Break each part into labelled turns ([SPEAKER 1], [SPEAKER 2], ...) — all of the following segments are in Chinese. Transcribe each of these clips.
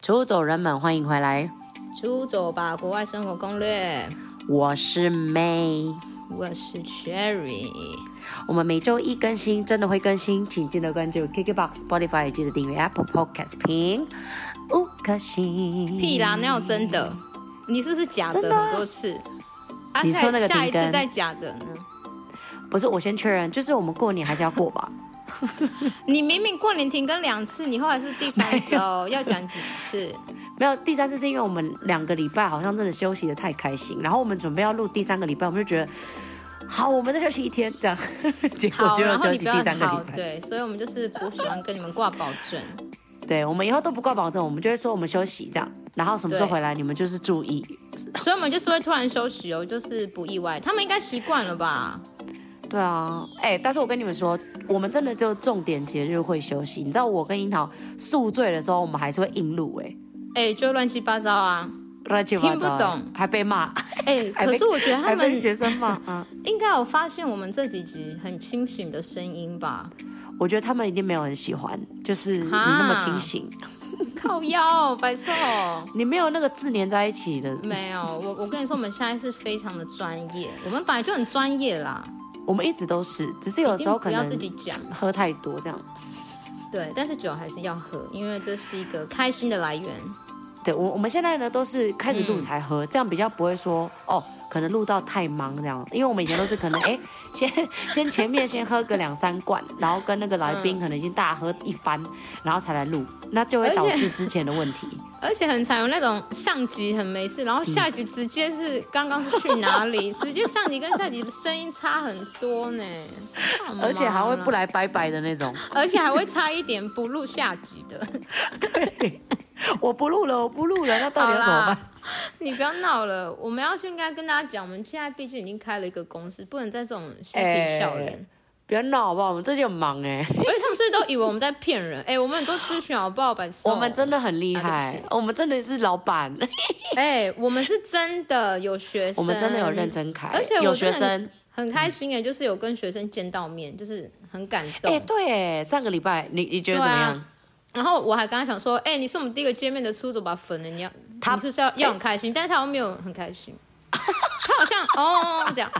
[SPEAKER 1] 出走人们，欢迎回来，
[SPEAKER 2] 出走吧，国外生活攻略。
[SPEAKER 1] 我是 May。
[SPEAKER 2] 我是 Cherry，
[SPEAKER 1] 我们每周一更新，真的会更新，请记得关注 KKBOX、Spotify，记得订阅 Apple Podcast，评五颗星。
[SPEAKER 2] 屁啦，那有真的？你是不是假的
[SPEAKER 1] 真的啊
[SPEAKER 2] 很多次？啊
[SPEAKER 1] 你
[SPEAKER 2] 下
[SPEAKER 1] 说那个
[SPEAKER 2] 下一
[SPEAKER 1] 停更
[SPEAKER 2] 次再假的呢？
[SPEAKER 1] 不是，我先确认，就是我们过年还是要过吧？
[SPEAKER 2] 你明明过年停更两次，你后来是第三 周，要讲几次？
[SPEAKER 1] 没有，第三次是因为我们两个礼拜好像真的休息的太开心，然后我们准备要录第三个礼拜，我们就觉得好，我们再休息一天这样， 结果
[SPEAKER 2] 好，
[SPEAKER 1] 就
[SPEAKER 2] 然
[SPEAKER 1] 要
[SPEAKER 2] 后
[SPEAKER 1] 休
[SPEAKER 2] 你
[SPEAKER 1] 息
[SPEAKER 2] 不
[SPEAKER 1] 第
[SPEAKER 2] 要
[SPEAKER 1] 三个
[SPEAKER 2] 好
[SPEAKER 1] 礼，拜。
[SPEAKER 2] 对，所以我们就是不喜欢跟你们挂保证。
[SPEAKER 1] 对，我们以后都不挂保证，我们就会说我们休息这样，然后什么时候
[SPEAKER 2] 对
[SPEAKER 1] 回来你们就是注意。
[SPEAKER 2] 所以我们就是会突然休息哦，就是不意外，他们应该习惯了吧？
[SPEAKER 1] 对啊，哎、但是我跟你们说，我们真的就重点节日会休息。你知道我跟樱桃宿醉的时候，我们还是会硬录、
[SPEAKER 2] 哎、就乱七八糟啊！
[SPEAKER 1] 哎，乱七八糟
[SPEAKER 2] 听不懂
[SPEAKER 1] 还被骂，
[SPEAKER 2] 哎、
[SPEAKER 1] 还被
[SPEAKER 2] 可是我觉得他
[SPEAKER 1] 还被
[SPEAKER 2] 们嗯
[SPEAKER 1] 学生 骂啊。
[SPEAKER 2] 应该有发现我们这几集很清醒的声音吧？
[SPEAKER 1] 我觉得他们一定没有很喜欢，就是你
[SPEAKER 2] 哈
[SPEAKER 1] 那么清醒，
[SPEAKER 2] 靠腰，白错。
[SPEAKER 1] 你没有那个字连在一起的。
[SPEAKER 2] 没有，我我跟你说，我们现在是非常的专业，我们本来就很专业啦。
[SPEAKER 1] 我们一直都是，只是有时候
[SPEAKER 2] 一定
[SPEAKER 1] 可
[SPEAKER 2] 不要
[SPEAKER 1] 能
[SPEAKER 2] 自己讲，
[SPEAKER 1] 喝太多这样。
[SPEAKER 2] 对，但是酒还是要喝，因为这是一个开心的来源。
[SPEAKER 1] 对我我们现在呢都是开始
[SPEAKER 2] 嗯
[SPEAKER 1] 录才喝，这样比较不会说哦，可能录到太忙这样，因为我们以前都是可能哎，先先前面先喝个两三罐，然后跟那个来宾可能已经大喝一番，然后才来录，那就会
[SPEAKER 2] 嗯而且
[SPEAKER 1] 导致之前的问 题。
[SPEAKER 2] 而且很常有那种上集很没事，然后下集直接是刚刚是去哪 里，直接上集跟下集声音差很多呢，干嘛
[SPEAKER 1] 而且还会不
[SPEAKER 2] 啦，
[SPEAKER 1] 来拜拜的那种，
[SPEAKER 2] 而且还会差一点不录下集的。
[SPEAKER 1] 对，我不录了，我不录了，那到底
[SPEAKER 2] 嗯好
[SPEAKER 1] 要怎么
[SPEAKER 2] 啦
[SPEAKER 1] 办？，
[SPEAKER 2] 你不要闹了，我们要先应该跟大家讲，我们现在毕竟已经开了一个公司，不能再这种嬉
[SPEAKER 1] 哎
[SPEAKER 2] 皮笑脸。
[SPEAKER 1] 不要闹好不好？我们最近很忙哎、
[SPEAKER 2] 而且他们是不是都以为我们在骗人？哎、我们很多咨询好不好？白痴哦
[SPEAKER 1] 我们真的很厉
[SPEAKER 2] 啊
[SPEAKER 1] 害
[SPEAKER 2] 对不，
[SPEAKER 1] 我们真的是老板，
[SPEAKER 2] 哎、我们是真的有学
[SPEAKER 1] 我
[SPEAKER 2] 生，
[SPEAKER 1] 们真的有认，真开，
[SPEAKER 2] 而且我
[SPEAKER 1] 有学
[SPEAKER 2] 真的很
[SPEAKER 1] 生。
[SPEAKER 2] 很开心哎、就是有跟学生见到面，就是很感
[SPEAKER 1] 哎、
[SPEAKER 2] 动。
[SPEAKER 1] 对哎，上个礼拜你你觉得怎么样？
[SPEAKER 2] 对啊然后我还跟他讲说，哎、你是我们第一个见面的出走吧粉的，你要
[SPEAKER 1] 他
[SPEAKER 2] 你就是要要很开心，但是他好像没有很开心，他好像哦这样，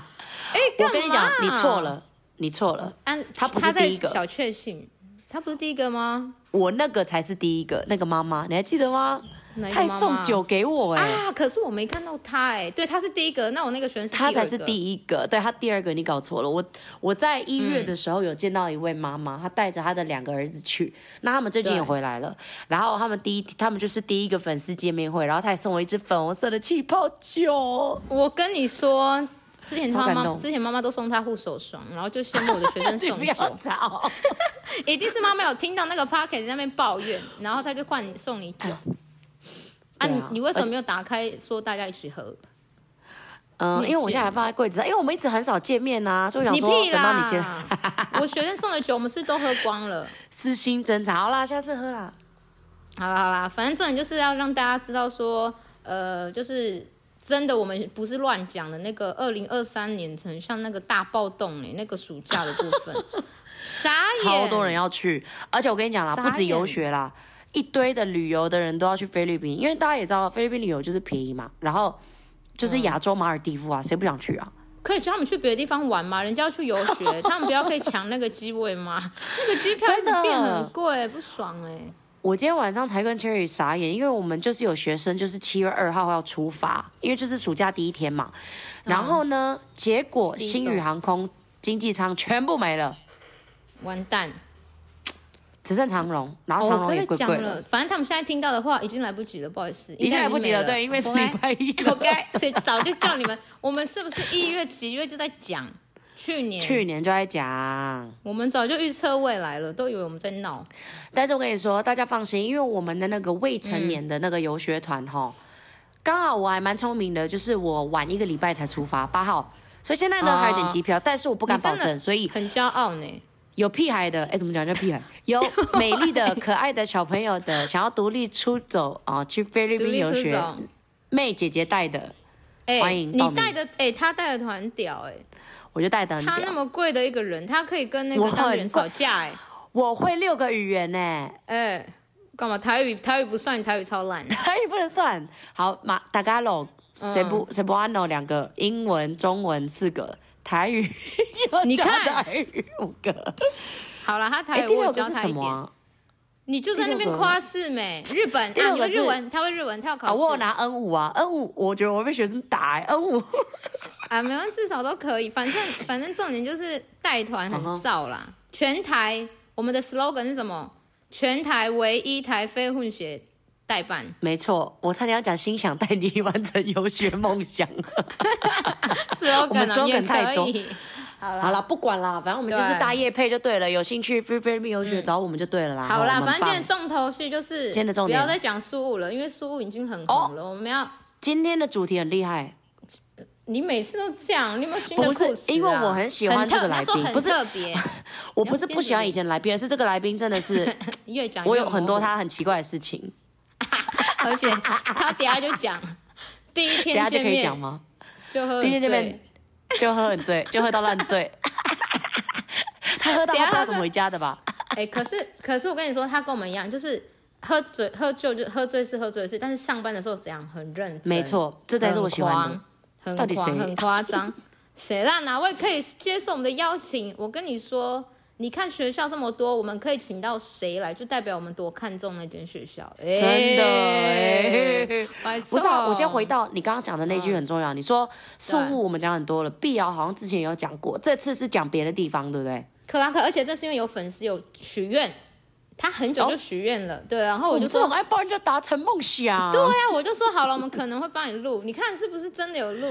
[SPEAKER 2] 哎、
[SPEAKER 1] 我跟你讲
[SPEAKER 2] 干嘛，
[SPEAKER 1] 你错，了，你错了。
[SPEAKER 2] 安
[SPEAKER 1] 他不是
[SPEAKER 2] 他在
[SPEAKER 1] 第一个
[SPEAKER 2] 小确幸，他不是第一个吗？
[SPEAKER 1] 我那个才是第一个，那个妈妈，你还记得吗？
[SPEAKER 2] 哪一个
[SPEAKER 1] 她还
[SPEAKER 2] 妈妈
[SPEAKER 1] 送酒给我哎、
[SPEAKER 2] 啊！可是我没看到他哎、对，他是第一个，那我那个学生是
[SPEAKER 1] 她才是
[SPEAKER 2] 二个嗯
[SPEAKER 1] 第一个，对她第二个你搞错了。我我在一月的时候有见到一位妈妈，她带着她的两个儿子去，那他们最近也
[SPEAKER 2] 对
[SPEAKER 1] 回来了。然后他们第一，他们就是第一个粉丝见面会，然后她还送我一支粉红色的气泡酒。
[SPEAKER 2] 我跟你说，之前
[SPEAKER 1] 超
[SPEAKER 2] 他
[SPEAKER 1] 感
[SPEAKER 2] 妈
[SPEAKER 1] 动
[SPEAKER 2] 之前妈妈都送他护手霜，然后就羡慕我的学 生
[SPEAKER 1] 你
[SPEAKER 2] 送
[SPEAKER 1] 不要
[SPEAKER 2] 酒，
[SPEAKER 1] 吵，
[SPEAKER 2] 一定是妈妈有听到那个 pocket 在那边抱怨，然后他就换你送你酒。啊，
[SPEAKER 1] 对
[SPEAKER 2] 你
[SPEAKER 1] 啊
[SPEAKER 2] 你为什么没有打开说大家一起喝？
[SPEAKER 1] 嗯，
[SPEAKER 2] 你
[SPEAKER 1] 因为我现
[SPEAKER 2] 见
[SPEAKER 1] 在还放在柜子上，因为我们一直很少见面呐、啊，所以我想
[SPEAKER 2] 你
[SPEAKER 1] 说
[SPEAKER 2] 屁
[SPEAKER 1] 等到你见，
[SPEAKER 2] 啦！ 我学生送的酒，我们是都喝光了。
[SPEAKER 1] 私心侦查，好啦，下次喝啦。
[SPEAKER 2] 好啦好啦，反正重点就是要让大家知道说，呃，就是真的我们不是乱讲的。那个二零二三年很像那个大暴动哎、那个暑假的部 分，傻眼，
[SPEAKER 1] 超多人要去，而且我跟你讲啦，
[SPEAKER 2] 傻
[SPEAKER 1] 不
[SPEAKER 2] 眼
[SPEAKER 1] 止游学啦，一堆的旅游的人都要去菲律宾，因为大家也知道菲律宾旅游就是便宜嘛，然后
[SPEAKER 2] 嗯
[SPEAKER 1] 就是亚洲马尔蒂夫啊，谁不想去啊？
[SPEAKER 2] 可以叫他们去别的地方玩吗？人家要去游学，他们不要可以抢那个机位 吗？那个机票一
[SPEAKER 1] 真
[SPEAKER 2] 直
[SPEAKER 1] 的
[SPEAKER 2] 变很贵，不爽哎、
[SPEAKER 1] 我今天晚上才跟 Cherry 傻眼，因为我们就是有学生，就是七月二号要出发，因为就是暑假第一天嘛。
[SPEAKER 2] 嗯
[SPEAKER 1] 然后呢，结果
[SPEAKER 2] 第一
[SPEAKER 1] 星宇
[SPEAKER 2] 种
[SPEAKER 1] 航空经济舱全部没了，
[SPEAKER 2] 完蛋！
[SPEAKER 1] 只剩长荣，然后
[SPEAKER 2] 哦
[SPEAKER 1] 长
[SPEAKER 2] 我不
[SPEAKER 1] 荣也
[SPEAKER 2] 要
[SPEAKER 1] 贵
[SPEAKER 2] 再
[SPEAKER 1] 贵
[SPEAKER 2] 讲了，反正他们现在听到的话已经来不及了，不好意思，
[SPEAKER 1] 已经来不及
[SPEAKER 2] 没
[SPEAKER 1] 了，
[SPEAKER 2] 了，
[SPEAKER 1] 对，因为是
[SPEAKER 2] 活
[SPEAKER 1] 礼
[SPEAKER 2] 该
[SPEAKER 1] 拜一
[SPEAKER 2] 活
[SPEAKER 1] 了。
[SPEAKER 2] 该，所以早就叫你们，我们是不是一月几月就在讲？去年，
[SPEAKER 1] 去年就在讲。
[SPEAKER 2] 我们早就预测未来了，都以为我们在闹。
[SPEAKER 1] 但是我跟你说，大家放心，因为我们的那个未
[SPEAKER 2] 嗯
[SPEAKER 1] 成年的那个游学团哈，刚、好我还蛮聪明的，就是我晚一个礼拜才出发，八号。所以现在呢、
[SPEAKER 2] 哦
[SPEAKER 1] 还有点机票，但是我不敢
[SPEAKER 2] 你真
[SPEAKER 1] 保
[SPEAKER 2] 的
[SPEAKER 1] 证，所以
[SPEAKER 2] 很骄傲呢。
[SPEAKER 1] 有屁孩的，哎，怎么讲叫屁 孩？有美丽的、可爱的小朋友的，想要独立出走啊、去菲律
[SPEAKER 2] 独
[SPEAKER 1] 宾
[SPEAKER 2] 立
[SPEAKER 1] 游
[SPEAKER 2] 出
[SPEAKER 1] 学，
[SPEAKER 2] 走，
[SPEAKER 1] 妹姐姐带的，
[SPEAKER 2] 哎、
[SPEAKER 1] 欢迎报
[SPEAKER 2] 你
[SPEAKER 1] 名
[SPEAKER 2] 带的哎、他带的团屌哎、
[SPEAKER 1] 我就带的很
[SPEAKER 2] 他那
[SPEAKER 1] 屌。
[SPEAKER 2] 么贵的一个人，他可以跟那
[SPEAKER 1] 我
[SPEAKER 2] 个
[SPEAKER 1] 很
[SPEAKER 2] 当地人
[SPEAKER 1] 贵
[SPEAKER 2] 吵架哎、
[SPEAKER 1] 我会六个语言呢、
[SPEAKER 2] 哎、干嘛？台语台语不算，台语超 烂。
[SPEAKER 1] 台哎语不能算。好，马达加罗、塞布塞布安诺两个，英文、中文四个，台语又
[SPEAKER 2] 你
[SPEAKER 1] 加
[SPEAKER 2] 看
[SPEAKER 1] 台语五个。
[SPEAKER 2] 好了，他
[SPEAKER 1] 哎、
[SPEAKER 2] 台语
[SPEAKER 1] 第
[SPEAKER 2] 我
[SPEAKER 1] 六
[SPEAKER 2] 有
[SPEAKER 1] 个
[SPEAKER 2] 教
[SPEAKER 1] 是
[SPEAKER 2] 他
[SPEAKER 1] 什
[SPEAKER 2] 一
[SPEAKER 1] 么
[SPEAKER 2] 点。
[SPEAKER 1] 啊？
[SPEAKER 2] 你就在那
[SPEAKER 1] 第
[SPEAKER 2] 边
[SPEAKER 1] 六个
[SPEAKER 2] 夸饰美，日本
[SPEAKER 1] 第六个
[SPEAKER 2] 啊，你会
[SPEAKER 1] 是
[SPEAKER 2] 日文，他会日文，他要考
[SPEAKER 1] 啊，
[SPEAKER 2] 试。
[SPEAKER 1] 我有拿 N 五啊，N 五，我觉得我被学生打、欸、，N 五。
[SPEAKER 2] 啊，没关系，至少都可以。反正反正重点就是带团很
[SPEAKER 1] 嗯哼
[SPEAKER 2] 燥啦。全台我们的 slogan 是什么？全台唯一台非混血代办，
[SPEAKER 1] 没错，我差点要讲心想带你完成游学梦想。 我们
[SPEAKER 2] slogan 啊
[SPEAKER 1] slogan
[SPEAKER 2] 也
[SPEAKER 1] 太多
[SPEAKER 2] 可以。好 啦
[SPEAKER 1] 好啦，不管啦，反正我们就是
[SPEAKER 2] 对
[SPEAKER 1] 大夜配就对了。有兴趣 free free 游学找我们就对了嗯啦。
[SPEAKER 2] 好啦，
[SPEAKER 1] 啊我们
[SPEAKER 2] 反正今
[SPEAKER 1] 棒
[SPEAKER 2] 天的重头戏就是
[SPEAKER 1] 今天的重
[SPEAKER 2] 不
[SPEAKER 1] 点哦
[SPEAKER 2] 要再讲苏务了，因为苏务已经很红了。我们要，
[SPEAKER 1] 今天的主题很厉害，
[SPEAKER 2] 你每次都这样，你有没有新的
[SPEAKER 1] 不
[SPEAKER 2] 故
[SPEAKER 1] 是
[SPEAKER 2] 事、啊？
[SPEAKER 1] 因为我很喜欢
[SPEAKER 2] 很特
[SPEAKER 1] 这个来宾
[SPEAKER 2] 他说很
[SPEAKER 1] 不是
[SPEAKER 2] 特别，
[SPEAKER 1] 我不是不喜欢以前的来宾，而是这个来宾真的 是
[SPEAKER 2] 越讲越
[SPEAKER 1] 我有很多
[SPEAKER 2] 模糊，
[SPEAKER 1] 他很奇怪的事情，
[SPEAKER 2] 而且他等一下就 讲，第一
[SPEAKER 1] 等一下就
[SPEAKER 2] 天见
[SPEAKER 1] 可以
[SPEAKER 2] 面
[SPEAKER 1] 讲吗？
[SPEAKER 2] 就喝
[SPEAKER 1] 第一天见
[SPEAKER 2] 醉
[SPEAKER 1] 面就喝很 醉，就喝到烂醉。他喝到
[SPEAKER 2] 等一
[SPEAKER 1] 他
[SPEAKER 2] 下
[SPEAKER 1] 不知道怎么回家的吧？
[SPEAKER 2] 哎、可是可是我跟你说，他跟我们一样，就是喝醉喝酒就喝醉是喝醉的事，但是上班的时候怎样很认真，
[SPEAKER 1] 没，错，这才是我喜欢的。
[SPEAKER 2] 很
[SPEAKER 1] 到
[SPEAKER 2] 狂，
[SPEAKER 1] 底
[SPEAKER 2] 很
[SPEAKER 1] 谁
[SPEAKER 2] 狂，很夸张。谁让哪位可以接受我们的邀请？我跟你说，你看学校这么多，我们可以请到谁来，就代表我们多看重那间学校。哎
[SPEAKER 1] 真的哎
[SPEAKER 2] 没
[SPEAKER 1] 不
[SPEAKER 2] 错
[SPEAKER 1] 是啊，我先回到你刚刚讲的那句很重要。你
[SPEAKER 2] 嗯
[SPEAKER 1] 说宿务我们讲很多了，碧瑶好像之前也有讲过，这次是讲别的地方，对不对？
[SPEAKER 2] 克拉克，而且这是因为有粉丝有许愿，他很
[SPEAKER 1] 哦
[SPEAKER 2] 久就许愿了，对，啊然后
[SPEAKER 1] 我
[SPEAKER 2] 我就
[SPEAKER 1] 们哦哎这
[SPEAKER 2] 说
[SPEAKER 1] 种爱帮人家达成梦想，
[SPEAKER 2] 对啊，我就说好了，我们可能会帮你录，你看是不是真的有录？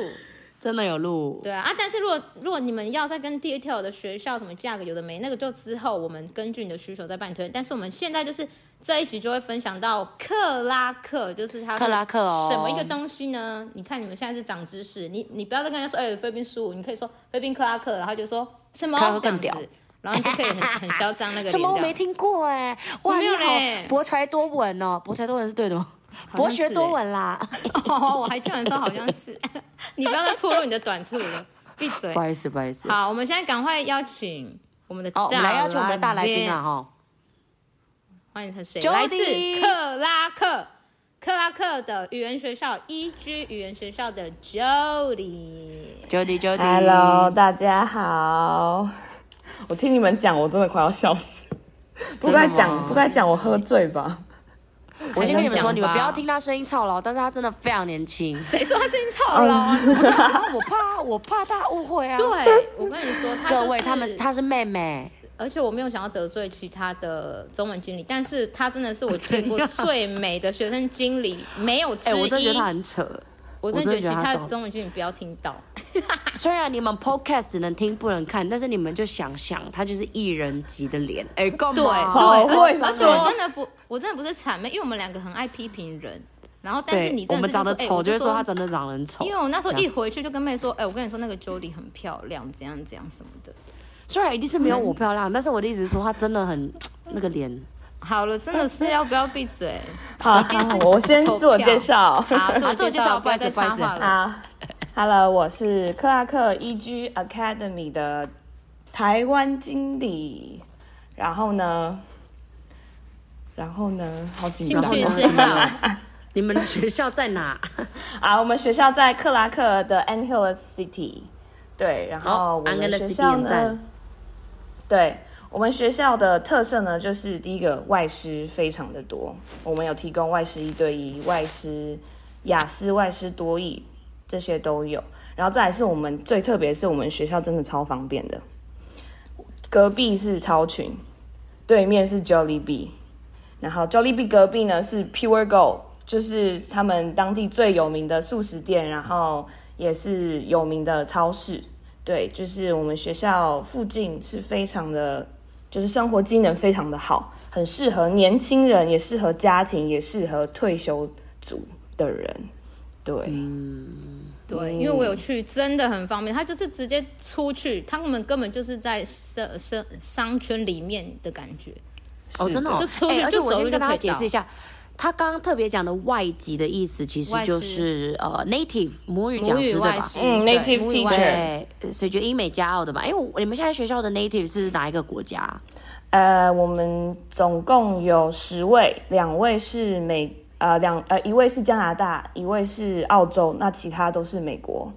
[SPEAKER 1] 真的有录。
[SPEAKER 2] 对啊啊！但是如果如果你们要再跟 detail 的学校什么价格有的没，那个就之后我们根据你的需求再帮你推。但是我们现在就是这一集就会分享到克拉克，就是它是
[SPEAKER 1] 克拉克哦
[SPEAKER 2] 什么一个东西呢？你看你们现在是长知识，你你不要再跟人家说哎、菲律宾苏，你可以说菲律宾克拉克，然后就说什么
[SPEAKER 1] 克拉克
[SPEAKER 2] 这样
[SPEAKER 1] 更屌
[SPEAKER 2] 子，然后你就可以很很嚣 张那个
[SPEAKER 1] 什
[SPEAKER 2] 脸
[SPEAKER 1] 么我
[SPEAKER 2] 这
[SPEAKER 1] 没
[SPEAKER 2] 样。
[SPEAKER 1] 听过哎、哇，
[SPEAKER 2] 我没
[SPEAKER 1] 你
[SPEAKER 2] 有
[SPEAKER 1] 好
[SPEAKER 2] 嘞
[SPEAKER 1] 博才多闻哦，博才多闻是对的吗？
[SPEAKER 2] 好像
[SPEAKER 1] 博学
[SPEAKER 2] 是
[SPEAKER 1] 多
[SPEAKER 2] 欸
[SPEAKER 1] 闻啦，
[SPEAKER 2] 哦，我还居然说好像是， 你不要再暴露你的短处了，闭嘴
[SPEAKER 1] 不。好意思，不好意思。
[SPEAKER 2] 好，我们现在赶快邀请我们的
[SPEAKER 1] 哦好，我们来邀请我们的大来
[SPEAKER 2] 宾
[SPEAKER 1] 宾啊，！哈，
[SPEAKER 2] 欢迎他谁？
[SPEAKER 1] Jody
[SPEAKER 2] 来自克拉克，克拉克的语言学校 E.G. 语言学校的 Jody。
[SPEAKER 1] Jody Jody。
[SPEAKER 3] Hello，大家好。我听你们讲，我真的快要笑死。不
[SPEAKER 1] 真
[SPEAKER 3] 该
[SPEAKER 1] 的吗
[SPEAKER 3] 讲，不该讲，我喝醉吧？
[SPEAKER 1] 我先跟你们说，
[SPEAKER 2] 还能讲吧。
[SPEAKER 1] 你们不要听他声音操劳，但是他真的非常年轻
[SPEAKER 2] 谁说他声音操劳啊？
[SPEAKER 1] 不是啊，我怕我怕大误会啊。，
[SPEAKER 2] 哦对，我跟你说，他、就是、
[SPEAKER 1] 各位，他们她是妹妹，
[SPEAKER 2] 而且我没有想要得罪其他的中文经理，但是他真的是我见过
[SPEAKER 1] 怎样
[SPEAKER 2] 最美的学生经理，没有之
[SPEAKER 1] 哎，
[SPEAKER 2] 一。
[SPEAKER 1] 我真的觉得她很扯。
[SPEAKER 2] 我真的
[SPEAKER 1] 我真的觉
[SPEAKER 2] 觉
[SPEAKER 1] 得
[SPEAKER 2] 得
[SPEAKER 1] 他
[SPEAKER 2] 其他
[SPEAKER 1] 长
[SPEAKER 2] 的中文经理不要听到。
[SPEAKER 1] 虽然你们 podcast 只能听不能看，但是你们就想想，她就是艺人级的脸。哎，干
[SPEAKER 2] 对
[SPEAKER 1] 嘛？
[SPEAKER 3] 好
[SPEAKER 2] 对，
[SPEAKER 3] 会
[SPEAKER 2] 而而且
[SPEAKER 3] 说
[SPEAKER 2] 我真的不，我真的不是谄媚，因为我们两个很爱批评人。然后，但是你
[SPEAKER 1] 我
[SPEAKER 2] 真的
[SPEAKER 1] 们
[SPEAKER 2] 是
[SPEAKER 1] 长得
[SPEAKER 2] 就说哎
[SPEAKER 1] 丑，
[SPEAKER 2] 我
[SPEAKER 1] 就会
[SPEAKER 2] 就
[SPEAKER 1] 说她
[SPEAKER 2] 他，
[SPEAKER 1] 真的长得很丑。
[SPEAKER 2] 因为我那时候
[SPEAKER 1] 这
[SPEAKER 2] 一
[SPEAKER 1] 样
[SPEAKER 2] 回去就跟妹说，哎，我跟你说那个 Jody 很漂亮，怎样怎样什么的。
[SPEAKER 1] 虽然一定是没有我漂亮，但是我的意思是说，她真的很那个脸。
[SPEAKER 2] 好了，真的是要不要闭嘴？
[SPEAKER 3] 好，
[SPEAKER 2] 一定是
[SPEAKER 3] 好我先自我介绍。
[SPEAKER 2] 好，自
[SPEAKER 1] 好
[SPEAKER 2] 我
[SPEAKER 1] 自我介
[SPEAKER 2] 介
[SPEAKER 1] 绍
[SPEAKER 2] 绍，不要再
[SPEAKER 1] 不好意
[SPEAKER 2] 插
[SPEAKER 1] 思
[SPEAKER 2] 话了。
[SPEAKER 3] 好，Hello，我是克拉克 EG Academy 的台湾经理。然后呢？然后呢？好紧
[SPEAKER 2] 兴
[SPEAKER 3] 张
[SPEAKER 2] 趣
[SPEAKER 3] 哦
[SPEAKER 2] 是好，
[SPEAKER 1] 你们的学校在哪？
[SPEAKER 3] 啊！我们学校在克拉克的 a n h i l e s City，对，然
[SPEAKER 1] 好
[SPEAKER 3] 后我们
[SPEAKER 1] Angeles
[SPEAKER 3] 学
[SPEAKER 1] City
[SPEAKER 3] 校
[SPEAKER 1] 很赞
[SPEAKER 3] 呢，对我们学校的特色呢，就是第一个外师非常的多，我们有提供外师一对一、外师雅思、外师多义这些都有，然后再来是我们最特别是我们学校真的超方便的，隔壁是超群，对面是 Jollibee。然后 Jollibee 隔壁呢是 Pure Gold，就是他们当地最有名的素食店，然后也是有名的超市。对，就是我们学校附近是非常的，就是生活机能非常的好，很适合年轻人，也适合家庭，也适合退休族的人。对，
[SPEAKER 1] 嗯
[SPEAKER 2] 对，因为我有去，真的很方便。他就是直接出去，他们根本就是在商商商圈里面的感觉。
[SPEAKER 1] 哦，
[SPEAKER 3] 是
[SPEAKER 1] 真的、哦，
[SPEAKER 2] 就出去
[SPEAKER 1] 哎而且
[SPEAKER 2] 就
[SPEAKER 1] 我
[SPEAKER 2] 走
[SPEAKER 1] 先
[SPEAKER 2] 路
[SPEAKER 1] 跟
[SPEAKER 2] 就
[SPEAKER 1] 大
[SPEAKER 2] 可
[SPEAKER 1] 家
[SPEAKER 2] 以
[SPEAKER 1] 解释一下，他刚刚特别讲的外籍的意思，其实
[SPEAKER 2] 外师
[SPEAKER 1] 就是呃 native 母语讲
[SPEAKER 2] 母
[SPEAKER 1] 师
[SPEAKER 2] 语
[SPEAKER 1] 对
[SPEAKER 2] 外
[SPEAKER 1] 吧？
[SPEAKER 2] 师，
[SPEAKER 3] 嗯
[SPEAKER 2] 对
[SPEAKER 3] native
[SPEAKER 2] 母语外
[SPEAKER 3] teacher
[SPEAKER 2] 师
[SPEAKER 1] 对，所以就英美加澳的嘛。哎、我你们现在学校的 native 是哪一个国家？
[SPEAKER 3] 呃，我们总共有十位，两位是美，呃，两呃，一位是加拿大，一位是澳洲，那其他都是美国。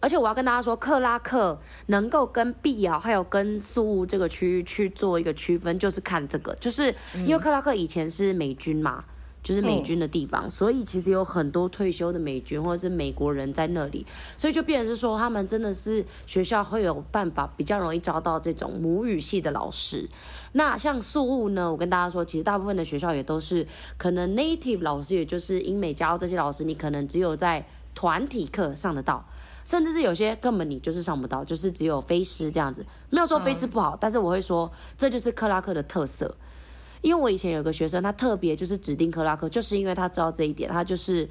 [SPEAKER 1] 而且我要跟大家说，克拉克能够跟碧瑶还有跟苏雾这个区域去做一个区分，就是看这个，就是因为克拉克以前是美军嘛，就是美军的地方，所以其实有很多退休的美军或者是美国人在那里，所以就变成是说，他们真的是学校会有办法比较容易招到这种母语系的老师。那像素物呢，我跟大家说，其实大部分的学校也都是可能 native 老师，也就是英美加澳这些老师，你可能只有在团体课上得到。甚至是有些根本你就是上不到，就是只有飞师这样子。没有说飞师不好，但是我会说这就是克拉克的特色。因为我以前有个学生，他特别就是指定克拉克，就是因为他知道这一点，他就是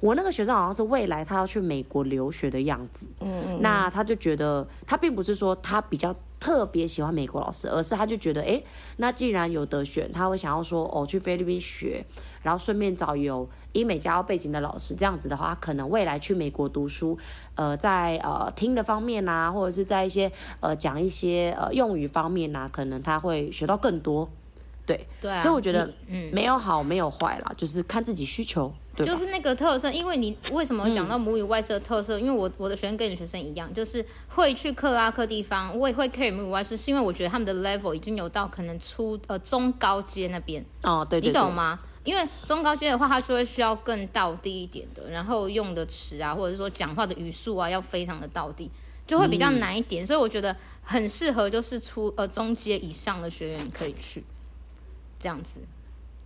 [SPEAKER 1] 我那个学生好像是未来他要去美国留学的样子。嗯嗯。那他就觉得他并不是说他比较特别喜欢美国老师，而是他就觉得诶，那既然有得选，他会想要说哦去菲律宾学，然后顺便找有英美加澳背景的老师，这样子的话，他可能未来去美国读书，呃，在呃听的方面呐、或者是在一些呃讲一些呃用语方面呐、可能他会学到更多。对，
[SPEAKER 2] 对啊，
[SPEAKER 1] 所以我觉得
[SPEAKER 2] 你嗯，
[SPEAKER 1] 没有好，没有坏啦，就是看自己需求，对吧？
[SPEAKER 2] 就是那个特色，因为你为什么讲到母语外事的特色？因为我我的学生跟你的学生一样，就是会去克拉克地方，我也会 care 母语外事，是因为我觉得他们的 level 已经有到可能初呃中高阶那边，
[SPEAKER 1] 哦，对对
[SPEAKER 2] 你
[SPEAKER 1] 对，
[SPEAKER 2] 懂吗？因为中高阶的话，他就会需要更道地一点的，然后用的词啊，或者说讲话的语速啊，要非常的道地，就会比
[SPEAKER 1] 嗯
[SPEAKER 2] 较难一点。所以我觉得很适合就是初呃中阶以上的学员可以去这样子。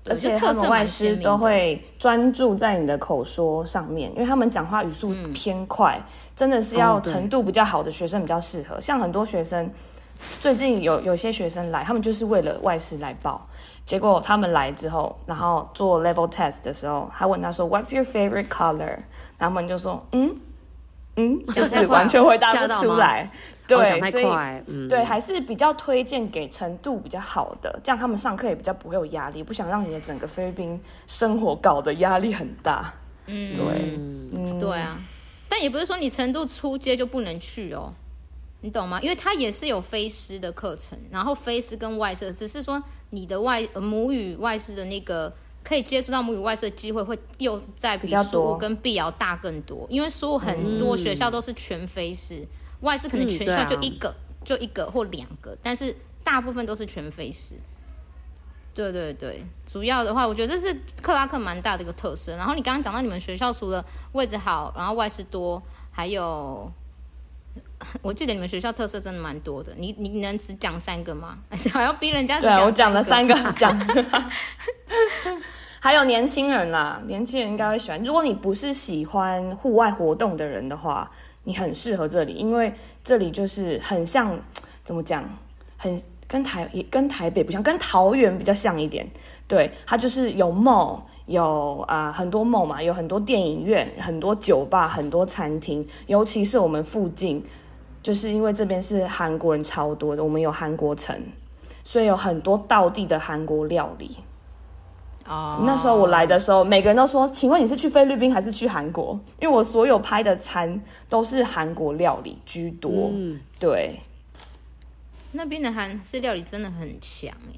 [SPEAKER 2] 对
[SPEAKER 3] 而且
[SPEAKER 2] 就
[SPEAKER 3] 他
[SPEAKER 2] 特色蛮
[SPEAKER 3] 们外
[SPEAKER 2] 鲜
[SPEAKER 3] 师
[SPEAKER 2] 明的
[SPEAKER 3] 都会专注在你的口说上面，因为他们讲话语速偏快，真的是要
[SPEAKER 1] 嗯哦对
[SPEAKER 3] 程度比较好的学生比较适合。像很多学生，最近有有些学生来，他们就是为了外师来报，结果他们来之后，然后做 level test 的时候，他问他说 “What's your favorite color？” 然后他们就说“嗯嗯”，
[SPEAKER 2] 讲
[SPEAKER 3] 就
[SPEAKER 2] 太
[SPEAKER 3] 是
[SPEAKER 2] 快
[SPEAKER 3] 完全回答
[SPEAKER 1] 吓
[SPEAKER 3] 不
[SPEAKER 1] 到
[SPEAKER 3] 出
[SPEAKER 1] 吗
[SPEAKER 3] 来。
[SPEAKER 1] 哦讲
[SPEAKER 3] 对，
[SPEAKER 1] 太
[SPEAKER 3] 所以
[SPEAKER 1] 快，嗯，
[SPEAKER 3] 对，还是比较推荐给程度比较好的，这样他们上课也比较不会有压力，不想让你的整个菲律宾生活搞得压力很大。
[SPEAKER 2] 嗯，
[SPEAKER 3] 对，
[SPEAKER 2] 对啊，但也不是说你程度初阶就不能去哦，你懂吗？因为它也是有非师的课程，然后非师跟外师，只是说你的外、呃母语外师的那个可以接触到母语外师的机会会又在比
[SPEAKER 3] 比较
[SPEAKER 2] 苏
[SPEAKER 3] 多
[SPEAKER 2] 武跟碧瑶大更多，因为苏武很多学校都是全非师，外师可能
[SPEAKER 1] 嗯
[SPEAKER 2] 全
[SPEAKER 1] 对
[SPEAKER 2] 校
[SPEAKER 1] 啊
[SPEAKER 2] 就一个、就一个或两个，但是大部分都是全非师。对对对，主要的话，我觉得这是克拉克蛮大的一个特色。然后你刚刚讲到你们学校除了位置好，然后外事多，还有， 我记得你们学校特色真的蛮多的。你你能只讲三个吗？ 还是还要逼人家只
[SPEAKER 3] 对啊，我讲了
[SPEAKER 2] 个
[SPEAKER 3] 三个 讲，还有年轻人啦，年轻人应该会喜欢。如果你不是喜欢户外活动的人的话，你很适合这里，因为这里就是很像怎么讲，很跟台也跟台北不像，跟桃园比较像一点。对，它就是有 mall，有啊、呃很多 mall 嘛，有很多电影院，很多酒吧，很多餐厅，尤其是我们附近，就是因为这边是韩国人超多的，我们有韩国城，所以有很多道地的韩国料理。
[SPEAKER 2] 哦，
[SPEAKER 3] 那时候我来的时候，每个人都说：“请问你是去菲律宾还是去韩国？”因为我所有拍的餐都是韩国料理居多。
[SPEAKER 1] 嗯
[SPEAKER 3] 对，
[SPEAKER 2] 那边的韩式料理真的很强哎，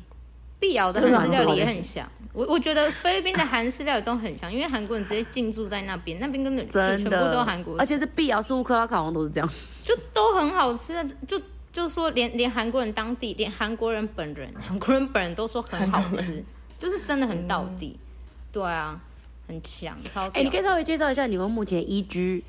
[SPEAKER 2] 碧瑶的
[SPEAKER 3] 真的
[SPEAKER 2] 韩式
[SPEAKER 3] 很
[SPEAKER 2] 料理
[SPEAKER 3] 好
[SPEAKER 2] 也
[SPEAKER 3] 吃
[SPEAKER 2] 很强。我我觉得菲律宾的韩式料理都很强，因为韩国人直接进驻在那边，那边根本就
[SPEAKER 1] 真
[SPEAKER 2] 全部
[SPEAKER 1] 的，
[SPEAKER 2] 都韩国人
[SPEAKER 1] 而且是碧瑶、苏克拉卡好像都是这样。
[SPEAKER 2] 就都很好吃，就就说连连韩国人当地，连韩国人本人，韩国人本人都说很好吃，就是真的很到地，对啊，很强，超
[SPEAKER 1] 哎、
[SPEAKER 2] 屌。
[SPEAKER 1] 你可以稍微介绍一下你们目前 EG。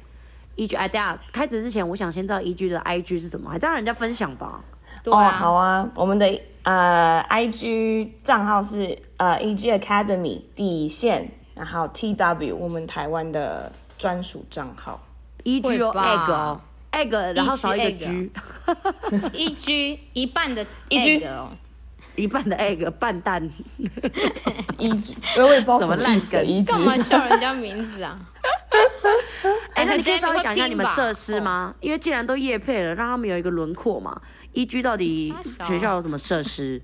[SPEAKER 1] E G 哎，等一下开始之前，我想先知道 E G 的 I G 是什么，还是让人家分享吧。
[SPEAKER 2] 对啊，
[SPEAKER 3] 哦，好啊，我们的呃，IG 账号是呃，EG Academy 底线，然后 TW 我们台湾的专属账号。
[SPEAKER 1] E G 哦
[SPEAKER 2] 会吧 E
[SPEAKER 1] ，egg 哦，egg，然后
[SPEAKER 2] 啊
[SPEAKER 1] 少一个
[SPEAKER 2] EG
[SPEAKER 1] G，
[SPEAKER 2] 一 G 一半的
[SPEAKER 3] 一 G
[SPEAKER 2] egg 哦，
[SPEAKER 1] 一半的 egg 半蛋。
[SPEAKER 3] EG，因 E 为我也不知道
[SPEAKER 1] 什么
[SPEAKER 3] 什么意思的 E
[SPEAKER 1] 烂梗
[SPEAKER 3] EG。
[SPEAKER 2] 干嘛笑人家名字啊？
[SPEAKER 1] 哎、那你可以
[SPEAKER 2] Academy
[SPEAKER 1] 稍微讲一下
[SPEAKER 2] 会拼
[SPEAKER 1] 你们
[SPEAKER 2] 吧哦
[SPEAKER 1] 设施吗？因为既然都业配了，让他们有一个轮廓嘛。一居到底
[SPEAKER 2] 傻小
[SPEAKER 1] 学校有什么设 施？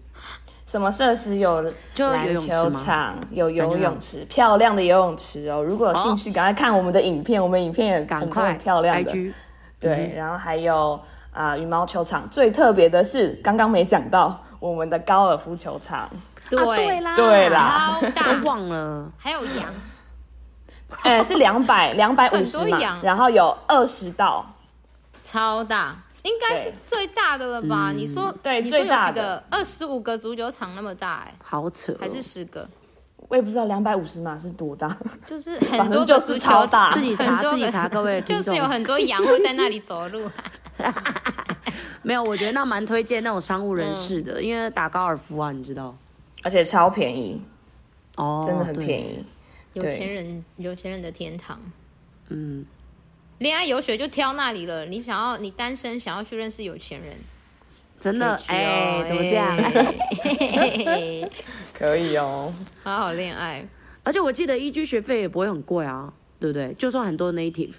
[SPEAKER 3] 什么设施有
[SPEAKER 1] 就有
[SPEAKER 3] 篮
[SPEAKER 1] 泳池吗
[SPEAKER 3] 球场，有游
[SPEAKER 1] 篮球
[SPEAKER 3] 泳
[SPEAKER 1] 场
[SPEAKER 3] 池，漂亮的游泳池哦。如果有兴趣，赶快看我们的影片，我们影片也
[SPEAKER 1] 赶
[SPEAKER 3] 很多
[SPEAKER 1] 快嗯
[SPEAKER 3] 很漂亮的。
[SPEAKER 1] ！IG
[SPEAKER 3] 对，然后还有啊、呃羽毛球场。最特别的是，刚刚没讲到，我们的高尔夫球场。
[SPEAKER 1] 啊对啦，
[SPEAKER 3] 对啦
[SPEAKER 2] 超
[SPEAKER 1] 都
[SPEAKER 2] 大，
[SPEAKER 1] 忘了，
[SPEAKER 2] 还有羊，
[SPEAKER 3] 呃，是两百两百五十
[SPEAKER 2] 很多
[SPEAKER 3] 嘛
[SPEAKER 2] 羊，
[SPEAKER 3] 然后有二十道，
[SPEAKER 2] 超大，应该是
[SPEAKER 3] 对
[SPEAKER 2] 最大的了吧？你说，
[SPEAKER 3] 对
[SPEAKER 2] 你说有
[SPEAKER 3] 最
[SPEAKER 2] 几
[SPEAKER 3] 大
[SPEAKER 2] 个
[SPEAKER 3] 的？
[SPEAKER 2] 二十五个足球场那么大、哎，
[SPEAKER 1] 好扯哦，
[SPEAKER 2] 还是十个？
[SPEAKER 3] 我也不知道两百五十码是多大。
[SPEAKER 2] 就是
[SPEAKER 3] 反
[SPEAKER 2] 很多
[SPEAKER 3] 正就
[SPEAKER 2] 个
[SPEAKER 3] 是
[SPEAKER 2] 足球
[SPEAKER 3] 超大
[SPEAKER 1] 自己查
[SPEAKER 2] 很多个
[SPEAKER 1] 自己查各 位听
[SPEAKER 2] 就
[SPEAKER 1] 众
[SPEAKER 2] 是有很多羊会在那里走路，
[SPEAKER 1] 没有，我觉得那蛮推荐那种商务人士
[SPEAKER 2] 嗯
[SPEAKER 1] 的，因为打高尔夫啊，你知道，
[SPEAKER 3] 而且超便宜，
[SPEAKER 1] 哦，
[SPEAKER 3] 真的很便
[SPEAKER 1] 宜，
[SPEAKER 3] 宜。
[SPEAKER 2] 有
[SPEAKER 3] 对
[SPEAKER 2] 钱人有钱人的天堂。
[SPEAKER 1] 嗯，
[SPEAKER 2] 恋爱游学就挑那里了。你想要，你单身想要去认识有钱人，
[SPEAKER 1] 真的，
[SPEAKER 2] 可以去
[SPEAKER 1] 哎
[SPEAKER 2] 哦，
[SPEAKER 1] 怎么这样？
[SPEAKER 2] 哎嘿嘿嘿
[SPEAKER 3] 可以哦。
[SPEAKER 2] 好好恋爱，
[SPEAKER 1] 而且我记得 E G 学费也不会很贵啊，对不对？就算很多 native，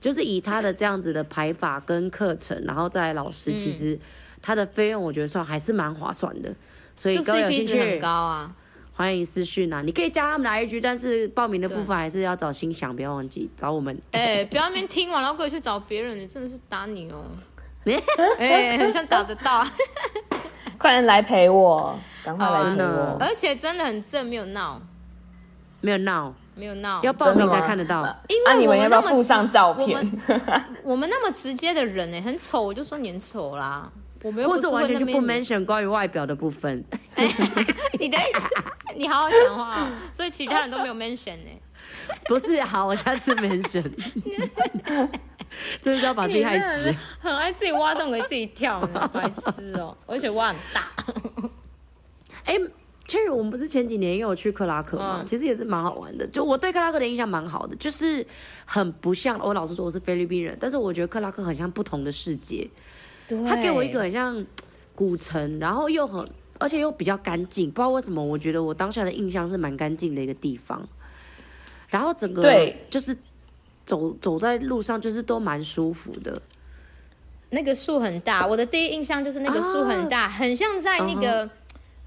[SPEAKER 1] 就是以他的这样子的排法跟课程，然后再来老
[SPEAKER 2] 嗯
[SPEAKER 1] 师，其实他的费用我觉得算还是蛮划算的。所以
[SPEAKER 2] 就
[SPEAKER 1] 各位有
[SPEAKER 2] CP
[SPEAKER 1] 兴
[SPEAKER 2] 值很
[SPEAKER 1] 趣
[SPEAKER 2] 高，啊。
[SPEAKER 1] 欢迎私讯啊！你可以加他们的 IG，但是报名的部分还是要找心想，不要忘记找我们。
[SPEAKER 2] 哎、不要那边听完然后过去找别人，你真的是打你 哦。哎、很像打得到，
[SPEAKER 3] 快点来陪我，赶快来
[SPEAKER 1] 真
[SPEAKER 3] 陪
[SPEAKER 1] 的
[SPEAKER 3] 我。
[SPEAKER 2] 而且哦真的很正，没有闹，
[SPEAKER 1] 没有闹，
[SPEAKER 2] 没有闹。
[SPEAKER 1] 要报名
[SPEAKER 3] 真的
[SPEAKER 1] 才
[SPEAKER 3] 吗
[SPEAKER 1] 看得到。
[SPEAKER 2] 因为
[SPEAKER 3] 啊，你
[SPEAKER 2] 我们
[SPEAKER 3] 们要不
[SPEAKER 2] 那
[SPEAKER 3] 要
[SPEAKER 2] 么
[SPEAKER 3] 附上照
[SPEAKER 2] 我
[SPEAKER 3] 片？
[SPEAKER 2] 我们那么直接的人哎、很丑，我就说你很丑啦。我们又
[SPEAKER 1] 或
[SPEAKER 2] 不
[SPEAKER 1] 者
[SPEAKER 2] 是
[SPEAKER 1] 完
[SPEAKER 2] 为
[SPEAKER 1] 全
[SPEAKER 2] 那
[SPEAKER 1] 就不
[SPEAKER 2] 边你。
[SPEAKER 1] mention 关于外表的部分，
[SPEAKER 2] 你的意思，你好好讲话哦、所以其他人都没有 mention 哎、
[SPEAKER 1] 不是好，我下次 mention，真是要把自己
[SPEAKER 2] 你
[SPEAKER 1] 害
[SPEAKER 2] 真的
[SPEAKER 1] 死
[SPEAKER 2] 是。很爱自己挖洞给自己跳 呢，白痴哦、而且挖很大。
[SPEAKER 1] 哎、其实我们不是前几年也有去克拉克嘛，
[SPEAKER 2] 嗯
[SPEAKER 1] 其实也是蛮好玩的。就我对克拉克的印象蛮好的，就是很不像我老实说我是菲律宾人，但是我觉得克拉克很像不同的世界，它给我一个很像古城，然后又很而且又比较干净，不知道为什么，我觉得我当下的印象是蛮干净的一个地方。然后整个
[SPEAKER 3] 对
[SPEAKER 1] 就是走走在路上，就是都蛮舒服的。
[SPEAKER 2] 那个树很大，我的第一印象就是那个树很大，很像在那个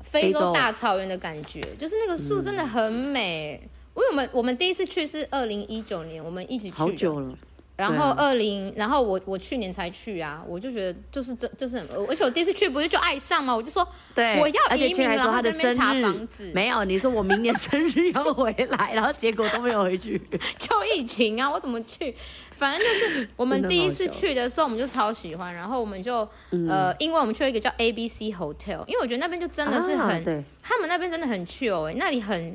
[SPEAKER 2] 非
[SPEAKER 1] 非洲
[SPEAKER 2] 洲大草原的感觉，就是那个树真的很美。因为我们我们第一次去是二零一九年，我们一起去的
[SPEAKER 1] 好久了，
[SPEAKER 2] 然后
[SPEAKER 1] 对啊
[SPEAKER 2] 二零、然后我我去年才去啊，我就觉得就是这就是很，而且我第一次去不是就爱上吗？我就说
[SPEAKER 1] 对，
[SPEAKER 2] 我要
[SPEAKER 1] 而且
[SPEAKER 2] 移
[SPEAKER 1] 倩
[SPEAKER 2] 民
[SPEAKER 1] 还
[SPEAKER 2] 了，
[SPEAKER 1] 说他的
[SPEAKER 2] 在那边
[SPEAKER 1] 生
[SPEAKER 2] 查
[SPEAKER 1] 日
[SPEAKER 2] 房子，
[SPEAKER 1] 没有，你说我明年 生日要回来，然后结果都没有回去。
[SPEAKER 2] 就疫情啊，我怎么去？反正就是我们
[SPEAKER 1] 真的
[SPEAKER 2] 第一
[SPEAKER 1] 好
[SPEAKER 2] 次
[SPEAKER 1] 笑嗯
[SPEAKER 2] 去的时候，我们就超喜欢，然后我们就、呃，因为我们去了一个叫 ABC Hotel，因为我觉得那边就 真的是
[SPEAKER 1] 啊
[SPEAKER 2] 很，
[SPEAKER 1] 对，
[SPEAKER 2] 他们那边真的很 chill，、欸、那里很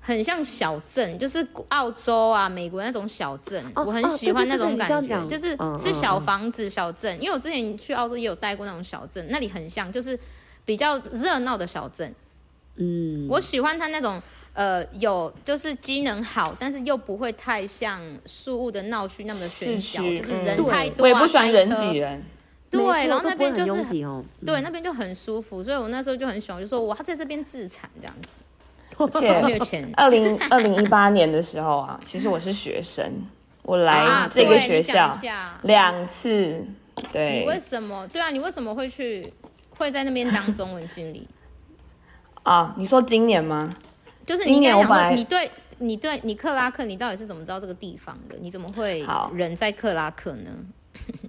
[SPEAKER 2] 很像小镇，就是澳洲啊、美国那种小镇，
[SPEAKER 1] 哦
[SPEAKER 2] 我很喜欢那种感
[SPEAKER 1] 哦对对对对你
[SPEAKER 2] 觉，
[SPEAKER 1] 这样讲
[SPEAKER 2] 就是
[SPEAKER 1] 嗯
[SPEAKER 2] 是小
[SPEAKER 1] 嗯嗯
[SPEAKER 2] 房子、小镇。因为我之前去澳洲也有待过那种小镇，那里很像，就是比较热闹的小镇。
[SPEAKER 1] 嗯，
[SPEAKER 2] 我喜欢它那种呃，有就是机能好，但是又不会太像树屋的闹区那么的喧
[SPEAKER 3] 市
[SPEAKER 2] 嚣，
[SPEAKER 3] 区
[SPEAKER 2] 就是
[SPEAKER 3] 嗯
[SPEAKER 2] 人太多、啊，
[SPEAKER 3] 我也不喜欢
[SPEAKER 2] 塞
[SPEAKER 3] 人
[SPEAKER 2] 车
[SPEAKER 3] 挤人，
[SPEAKER 1] 没错
[SPEAKER 2] 对，然后
[SPEAKER 1] 都
[SPEAKER 2] 那
[SPEAKER 1] 不会
[SPEAKER 2] 边就
[SPEAKER 1] 很
[SPEAKER 2] 是
[SPEAKER 1] 拥挤哦，
[SPEAKER 2] 对，那边就很舒服，所以我那时候就很喜欢，就说我要在这边自产这样 子，
[SPEAKER 3] 而
[SPEAKER 2] 没有
[SPEAKER 3] 且。
[SPEAKER 2] 钱
[SPEAKER 3] 二零二零一八年的时候啊，其实我是学生，我来
[SPEAKER 2] 啊，
[SPEAKER 3] 这
[SPEAKER 2] 对
[SPEAKER 3] 个
[SPEAKER 2] 你
[SPEAKER 3] 学
[SPEAKER 2] 讲
[SPEAKER 3] 校
[SPEAKER 2] 一下
[SPEAKER 3] 两次，
[SPEAKER 2] 你
[SPEAKER 3] 对
[SPEAKER 2] 为什么？对啊，你为什么会去会在那边当中文经理？
[SPEAKER 3] 啊，你说今年吗？
[SPEAKER 2] 就是
[SPEAKER 3] 今
[SPEAKER 2] 你
[SPEAKER 3] 年
[SPEAKER 2] 刚刚
[SPEAKER 3] 我本
[SPEAKER 2] 讲说，
[SPEAKER 3] 来
[SPEAKER 2] 你对你对你克拉克，你到底是怎么知道这个地方的？你怎么会
[SPEAKER 3] 好
[SPEAKER 2] 人在克拉克呢？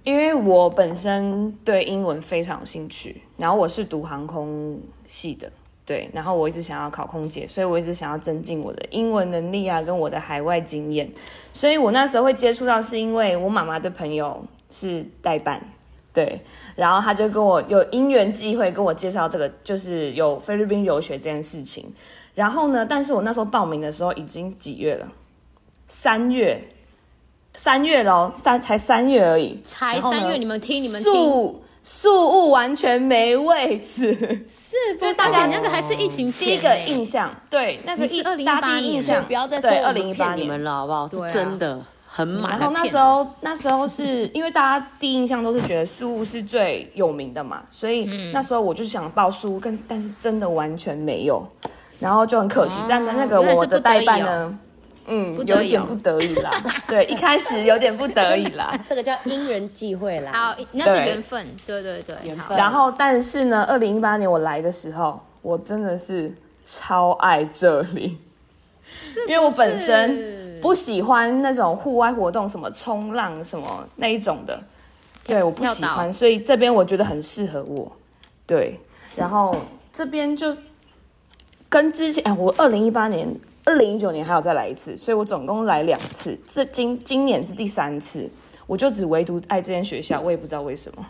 [SPEAKER 3] 因为我本身对英文非常有兴趣，然后我是读航空系的，对，然后我一直想要考空姐，所以我一直想要增进我的英文能力啊，跟我的海外经验。所以我那时候会接触到，是因为我妈妈的朋友是代办，对，然后他就跟我有因缘际会跟我介绍这个，就是有菲律宾留学这件事情。然后呢，但是我那时候报名的时候已经几月了？三月，三月咯，三才三月而已，
[SPEAKER 2] 才
[SPEAKER 3] 然后呢
[SPEAKER 2] 三月，你们听，你们听，
[SPEAKER 3] 树树物完全没位置，
[SPEAKER 2] 是不
[SPEAKER 3] 因
[SPEAKER 2] 是？而
[SPEAKER 3] 为大家
[SPEAKER 2] 且那个还是疫情
[SPEAKER 3] 哦第一
[SPEAKER 2] 前
[SPEAKER 3] 个
[SPEAKER 2] 欸
[SPEAKER 3] 印象，对那个
[SPEAKER 2] 你是
[SPEAKER 3] 一
[SPEAKER 2] 2018
[SPEAKER 3] 大家第一印象，
[SPEAKER 1] 不要再说
[SPEAKER 3] 对二
[SPEAKER 1] 我
[SPEAKER 3] 零一
[SPEAKER 1] 们
[SPEAKER 3] 八
[SPEAKER 1] 骗你
[SPEAKER 3] 年
[SPEAKER 1] 们了，好不好？是
[SPEAKER 2] 对啊
[SPEAKER 1] 真的很
[SPEAKER 3] 嗯然
[SPEAKER 2] 啊
[SPEAKER 1] 满，
[SPEAKER 3] 后那时候，那时候是因为大家第一印象都是觉得苏屋是最有名的嘛，所以
[SPEAKER 2] 嗯
[SPEAKER 3] 那时候我就想报苏屋，但是但是真的完全没有，然后就很可惜。但那个
[SPEAKER 2] 哦原来是
[SPEAKER 3] 我
[SPEAKER 2] 不
[SPEAKER 3] 的
[SPEAKER 2] 得
[SPEAKER 3] 代
[SPEAKER 2] 已
[SPEAKER 3] 办
[SPEAKER 2] 哦
[SPEAKER 3] 呢，嗯
[SPEAKER 2] 不，得
[SPEAKER 3] 有
[SPEAKER 2] 已
[SPEAKER 3] 一点
[SPEAKER 2] 哦
[SPEAKER 3] 不得已啦，对，一开始有点不得已啦。
[SPEAKER 1] 这个叫因缘际会啦。
[SPEAKER 2] 好，那是
[SPEAKER 3] 对
[SPEAKER 2] 缘分，对对对，
[SPEAKER 1] 缘
[SPEAKER 2] 好
[SPEAKER 1] 分
[SPEAKER 3] 然后，但是呢，二零一八年我来的时候，我真的是超爱这里，因为我本身不喜欢那种户外活动，什么冲浪什么那一种的，对，我不喜
[SPEAKER 2] 跳
[SPEAKER 3] 欢，
[SPEAKER 2] 岛
[SPEAKER 3] 所以这边我觉得很适合我，对。然后这边就跟之前，哎，我二零一八年、二零一九年还有再来一次，所以我总共来两次。这今今年是第三次，我就只唯独爱这间学校，我也不知道为什么。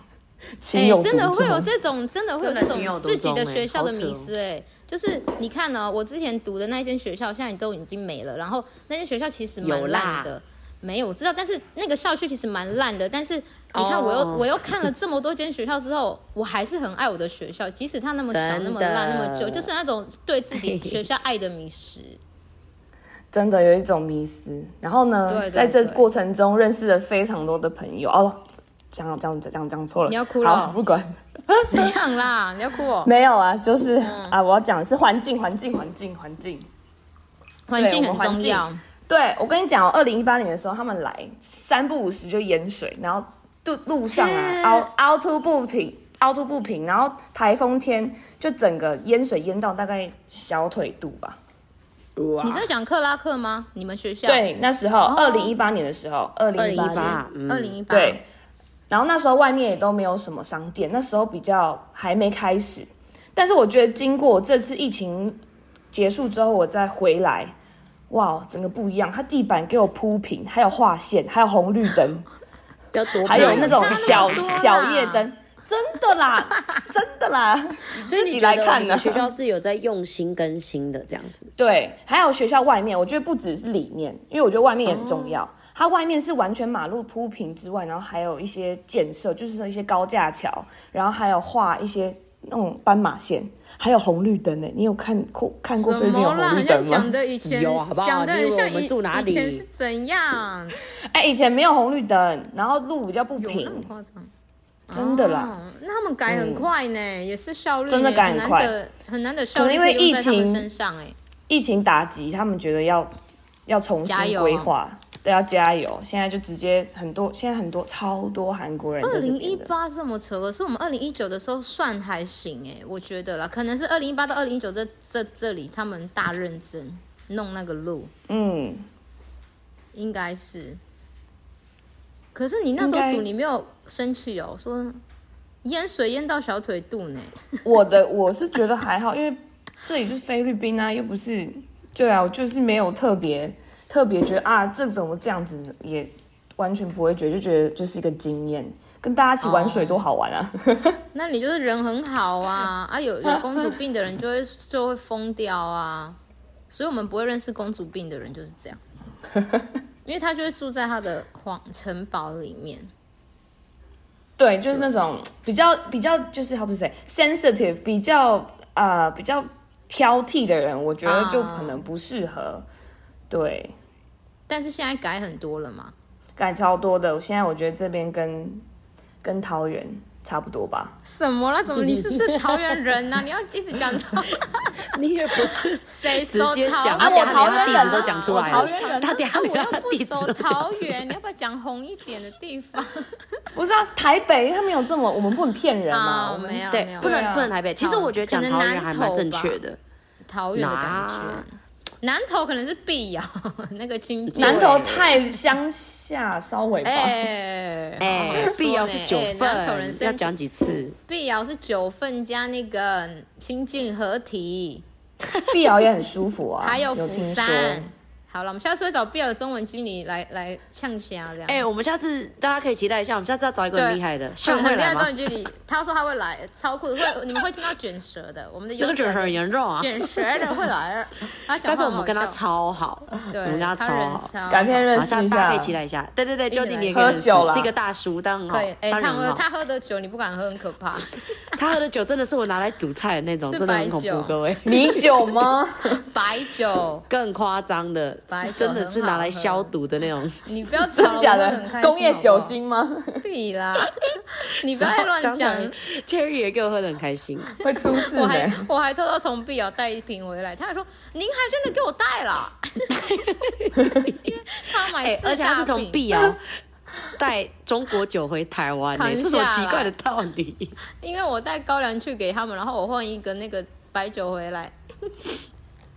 [SPEAKER 3] 情
[SPEAKER 2] 哎、
[SPEAKER 3] 有独
[SPEAKER 2] 真的会有
[SPEAKER 3] 钟
[SPEAKER 2] 这种，真的会有
[SPEAKER 1] 真的
[SPEAKER 2] 这
[SPEAKER 1] 情有
[SPEAKER 2] 种
[SPEAKER 1] 独
[SPEAKER 2] 自己的
[SPEAKER 1] 钟哎
[SPEAKER 2] 学校的
[SPEAKER 1] 好扯
[SPEAKER 2] 迷失哎、就是你看呢、我之前读的那一间学校，现在都已经没了。然后那间学校其实
[SPEAKER 1] 有
[SPEAKER 2] 蛮
[SPEAKER 1] 啦
[SPEAKER 2] 烂的，没有我知道，但是那个校区其实蛮烂的。但是你看，
[SPEAKER 1] 哦
[SPEAKER 2] 我又、我又看了这么多间学校之后，我还是很爱我的学校，即使它那么小、
[SPEAKER 1] 真
[SPEAKER 2] 那么烂、
[SPEAKER 1] 的
[SPEAKER 2] 那么久，就是那种对自己学校爱的迷失。
[SPEAKER 3] 真的有一种迷失。然后呢，
[SPEAKER 2] 对对
[SPEAKER 3] 在这
[SPEAKER 2] 对
[SPEAKER 3] 过程中认识了非常多的朋友。哦，讲讲讲讲讲错了，
[SPEAKER 2] 你要哭了
[SPEAKER 3] 好，不管，
[SPEAKER 2] 怎样啦？你要哭哦、
[SPEAKER 3] 没有啊，就是、
[SPEAKER 2] 嗯
[SPEAKER 3] 啊，我要讲的是环境，环境，环境，环境。
[SPEAKER 2] 环境
[SPEAKER 3] 我
[SPEAKER 2] 很
[SPEAKER 3] 们环
[SPEAKER 2] 重
[SPEAKER 3] 境
[SPEAKER 2] 要。
[SPEAKER 3] 对，我跟你讲、哦，二零一八年的时候，他们来三不五时就淹水，然后路路上
[SPEAKER 2] 嗯
[SPEAKER 3] 啊，凹凹凸不平，凹凸不平，然后台风天就整个淹水淹到大概小腿肚吧。
[SPEAKER 1] 哇
[SPEAKER 2] 你在讲克拉克吗？你们学校？，
[SPEAKER 3] 对，那时候二零一八年的时候，二
[SPEAKER 1] 二
[SPEAKER 3] 零
[SPEAKER 1] 零
[SPEAKER 3] 一
[SPEAKER 1] 一
[SPEAKER 3] 八
[SPEAKER 1] 八，嗯
[SPEAKER 2] 哦二零一八。
[SPEAKER 3] 对，然后那时候外面也都没有什么商店，那时候比较还没开始。但是我觉得经过这次疫情结束之后，我再回来，哇，整个不一样。它地板给我铺平，还有划线，还有红绿 灯，
[SPEAKER 1] 要多
[SPEAKER 3] 还有那种
[SPEAKER 2] 差那么
[SPEAKER 3] 小
[SPEAKER 2] 多啦
[SPEAKER 3] 小夜灯，真的啦，真的 啦，
[SPEAKER 1] 所以
[SPEAKER 3] 自
[SPEAKER 1] 你
[SPEAKER 3] 己
[SPEAKER 1] 觉
[SPEAKER 3] 来
[SPEAKER 1] 得
[SPEAKER 3] 看
[SPEAKER 1] 你
[SPEAKER 3] 呢
[SPEAKER 1] 们学校是有在用心更新的这样子，
[SPEAKER 3] 对，还有学校外面，我觉得不只是里面，因为我觉得外面也很重要。
[SPEAKER 2] 哦
[SPEAKER 3] 它外面是完全马路铺平之外，然后还有一些建设，就是一些高架桥，然后还有画一些那种斑马线，还有红绿灯呢。你有看过看过菲律
[SPEAKER 2] 什
[SPEAKER 3] 宾有
[SPEAKER 2] 么啦？
[SPEAKER 3] 红绿
[SPEAKER 2] 好像
[SPEAKER 3] 灯
[SPEAKER 2] 讲
[SPEAKER 3] 吗？啊
[SPEAKER 2] 的以 前
[SPEAKER 1] 有好不好
[SPEAKER 2] 讲的
[SPEAKER 1] 你
[SPEAKER 2] 很
[SPEAKER 1] 以为
[SPEAKER 2] 像
[SPEAKER 1] 我们
[SPEAKER 2] 以
[SPEAKER 1] 住哪里
[SPEAKER 2] 以前是怎样？
[SPEAKER 3] 哎、以前没有红绿灯，然后路比较不
[SPEAKER 2] 有那么
[SPEAKER 3] 平，
[SPEAKER 2] 夸张？
[SPEAKER 3] 真的啦。嗯
[SPEAKER 2] 哦，那他们改很快呢，也是效率呢
[SPEAKER 3] 真的改很快
[SPEAKER 2] 很难得很难得效
[SPEAKER 3] 可能
[SPEAKER 2] 率
[SPEAKER 3] 因为
[SPEAKER 2] 可以用在他们
[SPEAKER 3] 疫情
[SPEAKER 2] 身上哎，
[SPEAKER 3] 疫情打击，他们觉得要要重
[SPEAKER 2] 加
[SPEAKER 3] 新
[SPEAKER 2] 油
[SPEAKER 3] 规划，对，要加油。现在就直接很多，现在很多超多韩国人在
[SPEAKER 2] 二
[SPEAKER 3] 这
[SPEAKER 2] 零一
[SPEAKER 3] 边的。
[SPEAKER 2] 八这么扯，可是我们二零一九的时候算还行哎，我觉得啦，可能是二零一八到二零一九这这这里他们大认真弄那个路，
[SPEAKER 3] 嗯，
[SPEAKER 2] 应该是。可是你那时候
[SPEAKER 3] 应该
[SPEAKER 2] 赌，你没有生气哦，说淹水淹到小腿肚呢。
[SPEAKER 3] 我的我是觉得还好，因为这里就是菲律宾啊，又不是对啊，我就是没有特别特别觉得啊，这怎么这样子也完全不会觉得，就觉得就是一个经验，跟大家一起玩水多好玩啊！
[SPEAKER 2] 那你就是人很 好啊，啊有有公主病的人就会就会疯掉啊，所以我们不会认识公主病的人就是 这样，因为他就会住在他的皇城堡里面，
[SPEAKER 3] 对，就是那种比较比较就是 how to say sensitive，比较啊、呃比较挑剔的人，我觉得就可能不适合。对，
[SPEAKER 2] 但是现在改很多了嘛，
[SPEAKER 3] 改超多的，现在我觉得这边跟跟桃园差不多吧。
[SPEAKER 2] 什么啦？怎么你是是桃园人啊 呐、你要一直讲到
[SPEAKER 1] 你也不是
[SPEAKER 2] 谁
[SPEAKER 1] 直
[SPEAKER 2] 收桃
[SPEAKER 1] 接讲，
[SPEAKER 3] 啊
[SPEAKER 1] 他
[SPEAKER 3] 我
[SPEAKER 1] 等下
[SPEAKER 3] 桃
[SPEAKER 1] 连
[SPEAKER 3] 园人
[SPEAKER 1] 地址
[SPEAKER 3] 啊
[SPEAKER 1] 都讲出来
[SPEAKER 3] 我
[SPEAKER 1] 了
[SPEAKER 3] 桃园人啊，
[SPEAKER 1] 他等下
[SPEAKER 2] 我
[SPEAKER 1] 连
[SPEAKER 2] 又
[SPEAKER 1] 他
[SPEAKER 2] 不
[SPEAKER 1] 地址
[SPEAKER 2] 熟
[SPEAKER 1] 都
[SPEAKER 2] 桃
[SPEAKER 1] 讲出来。
[SPEAKER 2] 园，你要不要讲红一点的地 方
[SPEAKER 3] 不是啊，台北他们有这么，我们不能骗人嘛，
[SPEAKER 2] 啊？
[SPEAKER 3] 我们
[SPEAKER 2] 没有，没
[SPEAKER 1] 对，
[SPEAKER 2] 有
[SPEAKER 1] 不
[SPEAKER 3] 对啊
[SPEAKER 1] 能不能台北。其实我觉得讲
[SPEAKER 2] 可
[SPEAKER 1] 桃
[SPEAKER 2] 能
[SPEAKER 1] 园还蛮
[SPEAKER 2] 南投
[SPEAKER 1] 正
[SPEAKER 2] 吧
[SPEAKER 1] 确的，
[SPEAKER 2] 桃园的感
[SPEAKER 1] 哪
[SPEAKER 2] 觉。南投可能是碧瑶 那个经济
[SPEAKER 3] 南投太乡下，稍微吧。
[SPEAKER 2] 欸哎
[SPEAKER 1] 哎，必要是九
[SPEAKER 2] 南投人
[SPEAKER 1] 份，要
[SPEAKER 2] 生
[SPEAKER 1] 讲几次？
[SPEAKER 2] 碧瑶是九份加那个清境合体，
[SPEAKER 3] 碧瑶也很舒服啊，
[SPEAKER 2] 还
[SPEAKER 3] 有
[SPEAKER 2] 釜
[SPEAKER 3] 听说
[SPEAKER 2] 山。好了，我们下次会找碧瑶的中文经理来来呛虾这样。
[SPEAKER 1] 哎，我们下次大家可以期待一下，我们下次要找一个
[SPEAKER 2] 对，
[SPEAKER 1] 很厉害的，
[SPEAKER 2] 很
[SPEAKER 1] 像会
[SPEAKER 2] 很厉
[SPEAKER 1] 来
[SPEAKER 2] 害的中
[SPEAKER 1] 吗？
[SPEAKER 2] 文经理，他说他会来，超酷的，会你们会听到卷舌的，我们的
[SPEAKER 1] 那
[SPEAKER 2] 有
[SPEAKER 1] 个卷舌很严重啊，
[SPEAKER 2] 卷舌的会来，他讲话
[SPEAKER 1] 但是我们
[SPEAKER 2] 很
[SPEAKER 1] 跟他
[SPEAKER 2] 好笑，
[SPEAKER 1] 超好，
[SPEAKER 2] 对，
[SPEAKER 1] 我们跟他
[SPEAKER 2] 他
[SPEAKER 1] 超
[SPEAKER 2] 人
[SPEAKER 1] 好。
[SPEAKER 2] 超
[SPEAKER 3] 改天
[SPEAKER 2] 好
[SPEAKER 3] 认
[SPEAKER 1] 好，
[SPEAKER 3] 识
[SPEAKER 1] 下
[SPEAKER 3] 一
[SPEAKER 1] 大家可以
[SPEAKER 3] 下。
[SPEAKER 1] 期待一下。对对对
[SPEAKER 2] 一起
[SPEAKER 1] ，Jody
[SPEAKER 2] 来
[SPEAKER 1] 你也
[SPEAKER 3] 喝
[SPEAKER 1] 可以认识
[SPEAKER 3] 酒啦
[SPEAKER 1] 是一个大叔，当然好
[SPEAKER 2] 可以，，哎、
[SPEAKER 1] 哦当然
[SPEAKER 2] 他喝
[SPEAKER 1] 很好。
[SPEAKER 2] 他喝的酒你不敢喝，很可怕。
[SPEAKER 1] 他喝的酒真的是我拿来煮菜的那种，
[SPEAKER 2] 是
[SPEAKER 1] 真的很恐
[SPEAKER 2] 白酒
[SPEAKER 1] 怖，各 位。
[SPEAKER 3] 米酒吗？
[SPEAKER 2] 白酒，
[SPEAKER 1] 更夸张的
[SPEAKER 2] 白，酒
[SPEAKER 1] 真的是拿来消毒的那种。
[SPEAKER 2] 你不要吵
[SPEAKER 3] 真
[SPEAKER 2] 了，
[SPEAKER 3] 假
[SPEAKER 2] 我很
[SPEAKER 3] 的
[SPEAKER 2] 开心
[SPEAKER 3] 工业酒，
[SPEAKER 2] 好
[SPEAKER 3] 精吗？
[SPEAKER 2] 不好屁啦！ 你不要再乱
[SPEAKER 1] 刚才
[SPEAKER 2] 讲。
[SPEAKER 1] Cherry 也给我喝的很开心，
[SPEAKER 3] 会出事
[SPEAKER 2] 我
[SPEAKER 3] 的、
[SPEAKER 2] 还我还偷偷从碧瑶带一瓶回来，他还说您还真的给我 带了，因为他买
[SPEAKER 1] 哎、
[SPEAKER 2] 四大瓶、
[SPEAKER 1] 而且他是从碧瑶带中国酒回台湾、
[SPEAKER 2] 扛
[SPEAKER 1] 哎，
[SPEAKER 2] 下
[SPEAKER 1] 这什么奇怪的道理？
[SPEAKER 2] 因为我带高粱去给他们，然后我换一个那个白酒回来，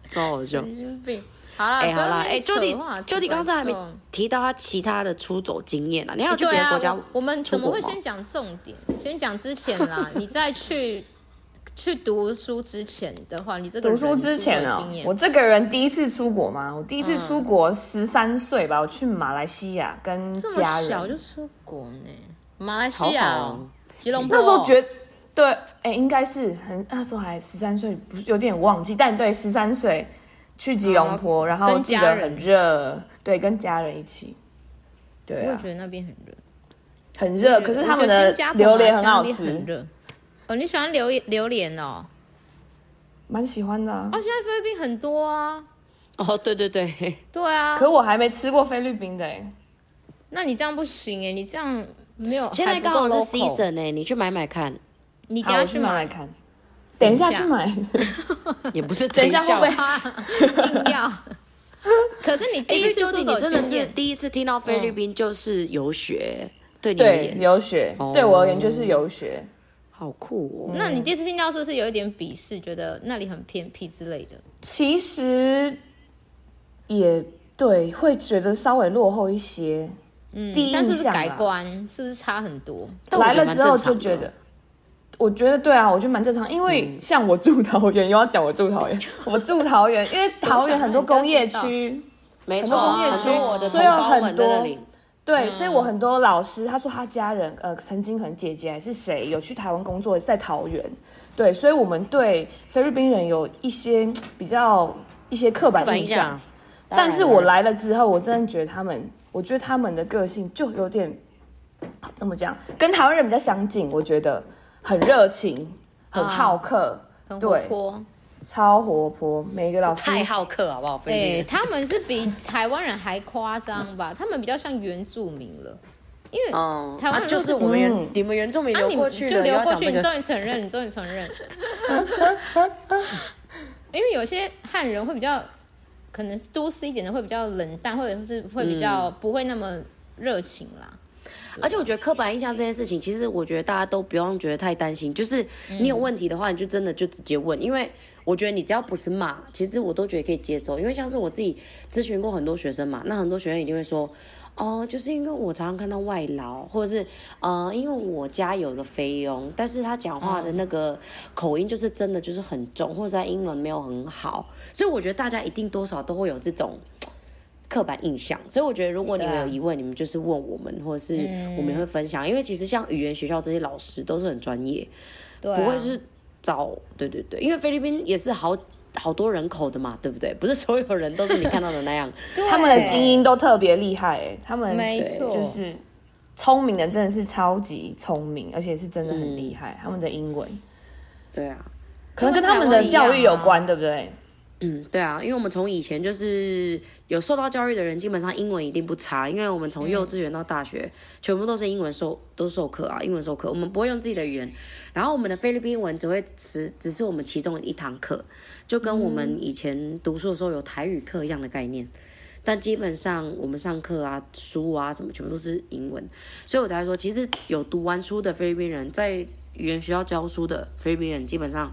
[SPEAKER 1] 超好笑。
[SPEAKER 2] 神经病。好啦，
[SPEAKER 1] 哎、
[SPEAKER 2] 啊不
[SPEAKER 1] 好
[SPEAKER 2] 要
[SPEAKER 1] 啦，
[SPEAKER 2] 那
[SPEAKER 1] 哎
[SPEAKER 2] 边扯
[SPEAKER 1] ，Jody
[SPEAKER 2] 话题
[SPEAKER 1] Jody 刚才还没
[SPEAKER 2] 怪兽
[SPEAKER 1] 提到他其他的出走经验啊，你还有去
[SPEAKER 2] 对
[SPEAKER 1] 别的
[SPEAKER 2] 啊，
[SPEAKER 1] 国家、
[SPEAKER 2] 我我们怎么会
[SPEAKER 1] 出国吗
[SPEAKER 2] 先讲重点？先讲之前啦，你在去去读书之前的话，你这个
[SPEAKER 3] 读书
[SPEAKER 2] 人
[SPEAKER 3] 之前
[SPEAKER 2] 的
[SPEAKER 3] 哦
[SPEAKER 2] 经，验嗯
[SPEAKER 3] 我这个人第一次出国嘛，我第一次出国十三岁吧，我去马来西亚跟
[SPEAKER 2] 这
[SPEAKER 3] 家
[SPEAKER 2] 么小就
[SPEAKER 3] 人，
[SPEAKER 2] 出国呢？马来西
[SPEAKER 1] 好
[SPEAKER 2] 亚
[SPEAKER 1] 好哦，
[SPEAKER 2] 哦吉隆坡
[SPEAKER 3] 那时候
[SPEAKER 2] 哦
[SPEAKER 3] 觉对，哎、应该是很那时候还十三岁，不是有点忘记，但对，十三岁去吉隆坡，然后
[SPEAKER 2] 跟
[SPEAKER 3] 记
[SPEAKER 2] 家
[SPEAKER 3] 得
[SPEAKER 2] 人
[SPEAKER 3] 很热，对，跟家人一起，对
[SPEAKER 2] 我也
[SPEAKER 3] 啊
[SPEAKER 2] 觉，得那边很热。
[SPEAKER 3] 很热，可是他们的榴莲很好吃，
[SPEAKER 2] 吃。哦，你喜欢榴榴莲哦？
[SPEAKER 3] 蛮喜欢的、啊
[SPEAKER 2] 哦，。现在菲律宾很多啊。
[SPEAKER 1] 哦，对对对，
[SPEAKER 2] 对啊，
[SPEAKER 3] 可我还没吃过菲律宾的、哎
[SPEAKER 2] 那你这样不行哎，你这样没有。
[SPEAKER 1] 现在
[SPEAKER 2] 还不
[SPEAKER 1] 刚
[SPEAKER 2] 够
[SPEAKER 1] 好是
[SPEAKER 2] local
[SPEAKER 1] season 哎、你去买买 看，
[SPEAKER 2] 你等
[SPEAKER 3] 好，
[SPEAKER 2] 下
[SPEAKER 3] 我
[SPEAKER 2] 去
[SPEAKER 3] 去买
[SPEAKER 2] 买
[SPEAKER 3] 来看。等一下
[SPEAKER 2] 等一下
[SPEAKER 3] 去买，
[SPEAKER 1] 也不是
[SPEAKER 3] 等一下会不会
[SPEAKER 1] 推销
[SPEAKER 2] 啊，硬要。可是你
[SPEAKER 1] 哎、
[SPEAKER 2] 第
[SPEAKER 1] 所以
[SPEAKER 2] 一次
[SPEAKER 1] 就
[SPEAKER 2] 出
[SPEAKER 1] 是你
[SPEAKER 2] 走
[SPEAKER 1] 真的
[SPEAKER 2] 经
[SPEAKER 1] 是
[SPEAKER 2] 验
[SPEAKER 1] 第一次听到菲律宾就是游学，对你而
[SPEAKER 3] 对，
[SPEAKER 1] 言
[SPEAKER 3] 游学，对我而言就是游学。
[SPEAKER 1] 好酷哦。
[SPEAKER 2] 那你第一次听到是不是有一点鄙视，觉得那里很偏僻之类的？
[SPEAKER 3] 其实也对，会觉得稍微落后一些。嗯，第一
[SPEAKER 2] 但是
[SPEAKER 3] 印
[SPEAKER 2] 不是
[SPEAKER 3] 象
[SPEAKER 2] 改
[SPEAKER 3] 啦
[SPEAKER 2] 观，是不是差很多？
[SPEAKER 1] 但我
[SPEAKER 3] 来
[SPEAKER 1] 觉得
[SPEAKER 3] 了
[SPEAKER 1] 蛮
[SPEAKER 3] 之后
[SPEAKER 1] 正常
[SPEAKER 3] 就觉
[SPEAKER 1] 的
[SPEAKER 3] 得，我觉得对啊，我觉得蛮正常。因为像我住桃园，又 要讲我住桃园，我住桃园，因为桃园很多工业区，
[SPEAKER 1] 没
[SPEAKER 3] 很
[SPEAKER 1] 错
[SPEAKER 3] 多
[SPEAKER 1] 啊，
[SPEAKER 3] 工业区
[SPEAKER 1] 很多我的
[SPEAKER 3] 所
[SPEAKER 1] 同
[SPEAKER 3] 以有
[SPEAKER 1] 胞
[SPEAKER 3] 很
[SPEAKER 1] 们在
[SPEAKER 3] 多
[SPEAKER 1] 那里。
[SPEAKER 3] 对，所以我很多老师，他说他家人，呃，曾经可能姐姐还是谁有去台湾工作，在桃园，对，所以我们对菲律宾人有一些嗯比较一些刻板印象。，但是我来了之后，我真的觉得他们，我觉得他们的个性就有点啊怎么讲，跟台湾人比较相近。我觉得很热情，很好客，
[SPEAKER 2] 啊很活
[SPEAKER 3] 对
[SPEAKER 2] 泼，
[SPEAKER 3] 超活泼。每个老师
[SPEAKER 1] 太好客好不好？菲律
[SPEAKER 2] 哎、
[SPEAKER 1] 宾
[SPEAKER 2] 他们是比台湾人还夸张吧？他们比较像原住民了，因为啊，
[SPEAKER 1] 嗯，
[SPEAKER 2] 台湾
[SPEAKER 1] 啊
[SPEAKER 2] 人
[SPEAKER 1] 就
[SPEAKER 2] 都
[SPEAKER 1] 是
[SPEAKER 2] 是
[SPEAKER 1] 我们原
[SPEAKER 3] 嗯
[SPEAKER 1] 你们原住民
[SPEAKER 2] 啊你
[SPEAKER 1] 流过
[SPEAKER 2] 们
[SPEAKER 1] 去
[SPEAKER 2] 就
[SPEAKER 1] 的，
[SPEAKER 2] 流
[SPEAKER 1] 又
[SPEAKER 2] 过
[SPEAKER 1] 要讲
[SPEAKER 2] 去，
[SPEAKER 1] 这
[SPEAKER 2] 你
[SPEAKER 1] 个
[SPEAKER 2] 终于承认，你终于承认。 因为有些汉人会比较，可能都市一点的会比较冷淡，或者是会比较不会那么热情啦。
[SPEAKER 1] 而且我觉得刻板印象这件事情，其实我觉得大家都不用觉得太担心，就是你
[SPEAKER 2] 嗯
[SPEAKER 1] 有问题的话，你就真的就直接问，因为。我觉得你只要不是骂，其实我都觉得可以接受，因为像是我自己咨询过很多学生嘛，那很多学生一定会说，哦，就是因为我常常看到外劳，或者是呃，因为我家有个菲佣，但是他讲话
[SPEAKER 2] 哦
[SPEAKER 1] 的那个口音就是真的就是很重，或者他英文没有很好，所以我觉得大家一定多少都会有这种刻板印象，所以我觉得如果你们
[SPEAKER 2] 对啊
[SPEAKER 1] 有疑问，你们就是问我们，或者是我们也会分享，因为其实像语言学校这些老师都是很专业，
[SPEAKER 2] 对、啊，
[SPEAKER 1] 不会是找对对对，因为菲律宾也是好好多人口的嘛，对不对？不是所有人都是你看到的那样，
[SPEAKER 2] 对
[SPEAKER 3] 他们的精英都特别厉害、哎，他们
[SPEAKER 2] 没
[SPEAKER 3] 对
[SPEAKER 2] 错
[SPEAKER 3] 就是聪明的，真的是超级聪明，而且是真的很厉害。
[SPEAKER 2] 嗯
[SPEAKER 3] 他们的英文
[SPEAKER 1] 对啊。
[SPEAKER 3] 可能跟他们的
[SPEAKER 2] 啊
[SPEAKER 3] 教育有关，对不对？
[SPEAKER 1] 嗯，对啊，因为我们从以前就是有受到教育的人，基本上英文一定不差，因为我们从幼稚园到大学，全部都是英文授都授课啊，英文授课，我们不会用自己的语言，然后我们的菲律宾文只会只只是我们其中一堂课，就跟我们以前读书的时候有台语课一样的概念，但基本上我们上课啊、书啊什么全部都是英文，所以我才说，其实有读完书的菲律宾人，在语言学校教书的菲律宾人，基本上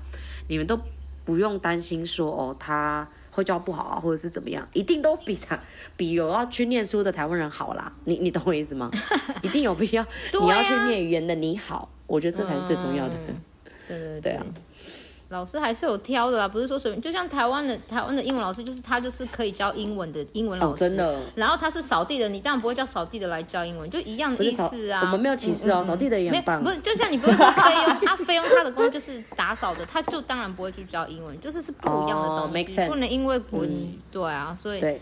[SPEAKER 1] 你们都不用担心说哦他会教不好啊，或者是怎么样，一定都比他比有要去念书的台湾人好啦。你你懂我意思吗？ 一定有必要，
[SPEAKER 2] 对啊
[SPEAKER 1] 你要去念语言的你好，我觉得这才是最重要的。
[SPEAKER 2] 对对
[SPEAKER 1] 对啊，
[SPEAKER 2] 老师还是有挑的啦，不是说随便。就像台湾的台湾的英文老师，就是他就是可以教英文的英文老
[SPEAKER 1] 哦
[SPEAKER 2] 师，，
[SPEAKER 1] 真。的。
[SPEAKER 2] 然后他是扫地的，你当然不会叫扫地的来教英文，就一样
[SPEAKER 1] 不
[SPEAKER 2] 的
[SPEAKER 1] 是
[SPEAKER 2] 意
[SPEAKER 1] 扫
[SPEAKER 2] 思啊。
[SPEAKER 1] 我们没有歧视哦，扫地的也
[SPEAKER 2] 没
[SPEAKER 1] 很棒
[SPEAKER 2] 不。是，就像你不会说菲佣， 啊，菲佣他的工作就是打扫的，他就当然不会去教英文，就是是不一样的
[SPEAKER 1] 哦
[SPEAKER 2] 东
[SPEAKER 1] ，make
[SPEAKER 2] 西，
[SPEAKER 1] sense 嗯
[SPEAKER 2] 不能因为国籍，对啊，所以
[SPEAKER 1] 对，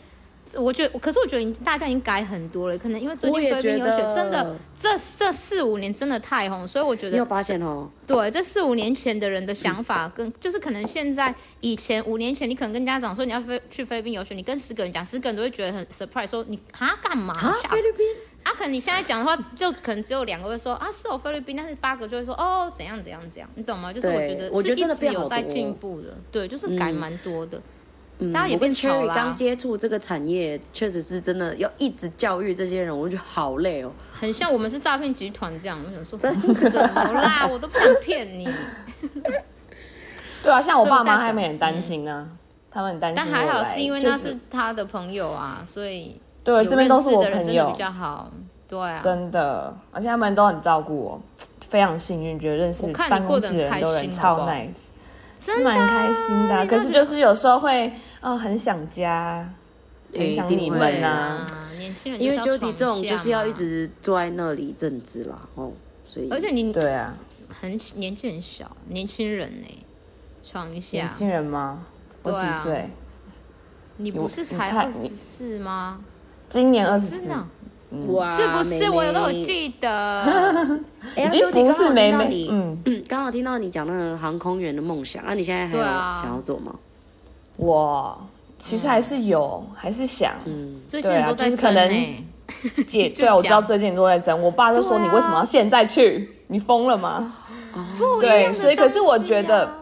[SPEAKER 2] 我觉得，可是我觉得大家已经改很多了，可能因为最
[SPEAKER 1] 我
[SPEAKER 2] 近
[SPEAKER 1] 也
[SPEAKER 2] 菲律宾
[SPEAKER 1] 觉
[SPEAKER 2] 游学
[SPEAKER 1] 得
[SPEAKER 2] 真的这这四五年真的太红，所以我觉
[SPEAKER 1] 你
[SPEAKER 2] 得
[SPEAKER 1] 有发现哦？
[SPEAKER 2] 对，这四五年前的人
[SPEAKER 1] 嗯
[SPEAKER 2] 的想法跟就是可能现在以前五年前，你可能跟家长说你要飞去菲律宾游学，你跟十个人讲，十个人都会觉得很 surprise，说你啊干嘛
[SPEAKER 1] 啊，
[SPEAKER 2] 吓
[SPEAKER 1] 菲律宾
[SPEAKER 2] 啊，可能你现在讲的话，就可能只有两个会说啊是哦菲律宾，但是八个就会说哦怎样怎样怎样，你懂吗？就是我
[SPEAKER 1] 对
[SPEAKER 2] 觉得
[SPEAKER 1] 我觉
[SPEAKER 2] 是
[SPEAKER 1] 得真的
[SPEAKER 2] 一直
[SPEAKER 1] 变好
[SPEAKER 2] 有在
[SPEAKER 1] 多嗯
[SPEAKER 2] 进步的，对，就是改蛮多的，大家也
[SPEAKER 1] 我跟
[SPEAKER 2] 变潮
[SPEAKER 1] Cherry
[SPEAKER 2] 啦
[SPEAKER 1] 刚接触这个产业，确实是真的要一直教育这些人，我觉得好累哦。
[SPEAKER 2] 很像我们是诈骗集团这样。我想说什么啦，我都不想 骗你，
[SPEAKER 3] 对啊，像我爸妈
[SPEAKER 2] 所以我代表嗯
[SPEAKER 3] 他们也很担心呢、他们很担心
[SPEAKER 2] 但
[SPEAKER 3] 我
[SPEAKER 2] 还好
[SPEAKER 3] 来
[SPEAKER 2] 是因为
[SPEAKER 3] 就
[SPEAKER 2] 那是他的朋友啊，所以。
[SPEAKER 3] 对，
[SPEAKER 2] 有
[SPEAKER 3] 呃这边都
[SPEAKER 2] 认
[SPEAKER 3] 是
[SPEAKER 2] 识
[SPEAKER 3] 我
[SPEAKER 2] 的人
[SPEAKER 3] 朋
[SPEAKER 2] 真的
[SPEAKER 3] 友
[SPEAKER 2] 比，较好。对啊，
[SPEAKER 3] 真的，而且他们都很照顾我，非常幸运，觉得认识
[SPEAKER 2] 我看你
[SPEAKER 3] 办公
[SPEAKER 2] 过得
[SPEAKER 3] 室
[SPEAKER 2] 很
[SPEAKER 3] 人都
[SPEAKER 2] 开
[SPEAKER 3] 人
[SPEAKER 2] 心好
[SPEAKER 3] 超
[SPEAKER 2] 不好
[SPEAKER 3] nice。是蛮开心的啊、可是就是有时候会，哦，很想家，很想你
[SPEAKER 1] 一
[SPEAKER 3] 们
[SPEAKER 1] 定会
[SPEAKER 3] 呐、
[SPEAKER 1] 啊
[SPEAKER 2] 年轻人
[SPEAKER 1] 因为
[SPEAKER 2] 就是要
[SPEAKER 1] Jody 这种
[SPEAKER 2] 闯
[SPEAKER 1] 就是要
[SPEAKER 2] 下
[SPEAKER 1] 一
[SPEAKER 2] 嘛，
[SPEAKER 1] 直坐在那里一阵子啦，哦，所以
[SPEAKER 2] 而且你
[SPEAKER 3] 对啊，
[SPEAKER 2] 很年纪很小，年轻人呢、闯一
[SPEAKER 3] 啊年
[SPEAKER 2] 下，
[SPEAKER 3] 轻人吗？我
[SPEAKER 2] 对
[SPEAKER 3] 几
[SPEAKER 2] 啊
[SPEAKER 3] 岁？
[SPEAKER 2] 你不是
[SPEAKER 3] 你
[SPEAKER 2] 才
[SPEAKER 3] 才
[SPEAKER 2] 二十四吗？
[SPEAKER 3] 今年二十
[SPEAKER 2] 真
[SPEAKER 3] 四
[SPEAKER 2] 的，啊，
[SPEAKER 1] 哇，哎
[SPEAKER 2] 是不
[SPEAKER 1] 啊
[SPEAKER 2] 是？我都有
[SPEAKER 1] 已
[SPEAKER 2] 记 得。
[SPEAKER 3] 经不是妹妹。
[SPEAKER 1] 嗯，
[SPEAKER 3] 嗯，
[SPEAKER 1] 刚好听到你讲那个航空员的梦想，啊，你现在还
[SPEAKER 2] 对
[SPEAKER 1] 有
[SPEAKER 2] 啊
[SPEAKER 1] 想要做吗？
[SPEAKER 3] 我其实还是有，还是想
[SPEAKER 1] 嗯，
[SPEAKER 2] 最近都在
[SPEAKER 3] 对啊就是可
[SPEAKER 2] 争
[SPEAKER 3] 能
[SPEAKER 2] 欸
[SPEAKER 3] 姐。
[SPEAKER 2] 就
[SPEAKER 3] 对啊，我知道
[SPEAKER 2] 讲
[SPEAKER 3] 最近都在争，我爸就说
[SPEAKER 2] 对啊哦
[SPEAKER 3] 你为什么要现在去？你疯了吗？
[SPEAKER 2] 不一样的
[SPEAKER 3] 对所以可是我
[SPEAKER 2] 东西
[SPEAKER 3] 觉得
[SPEAKER 2] 啊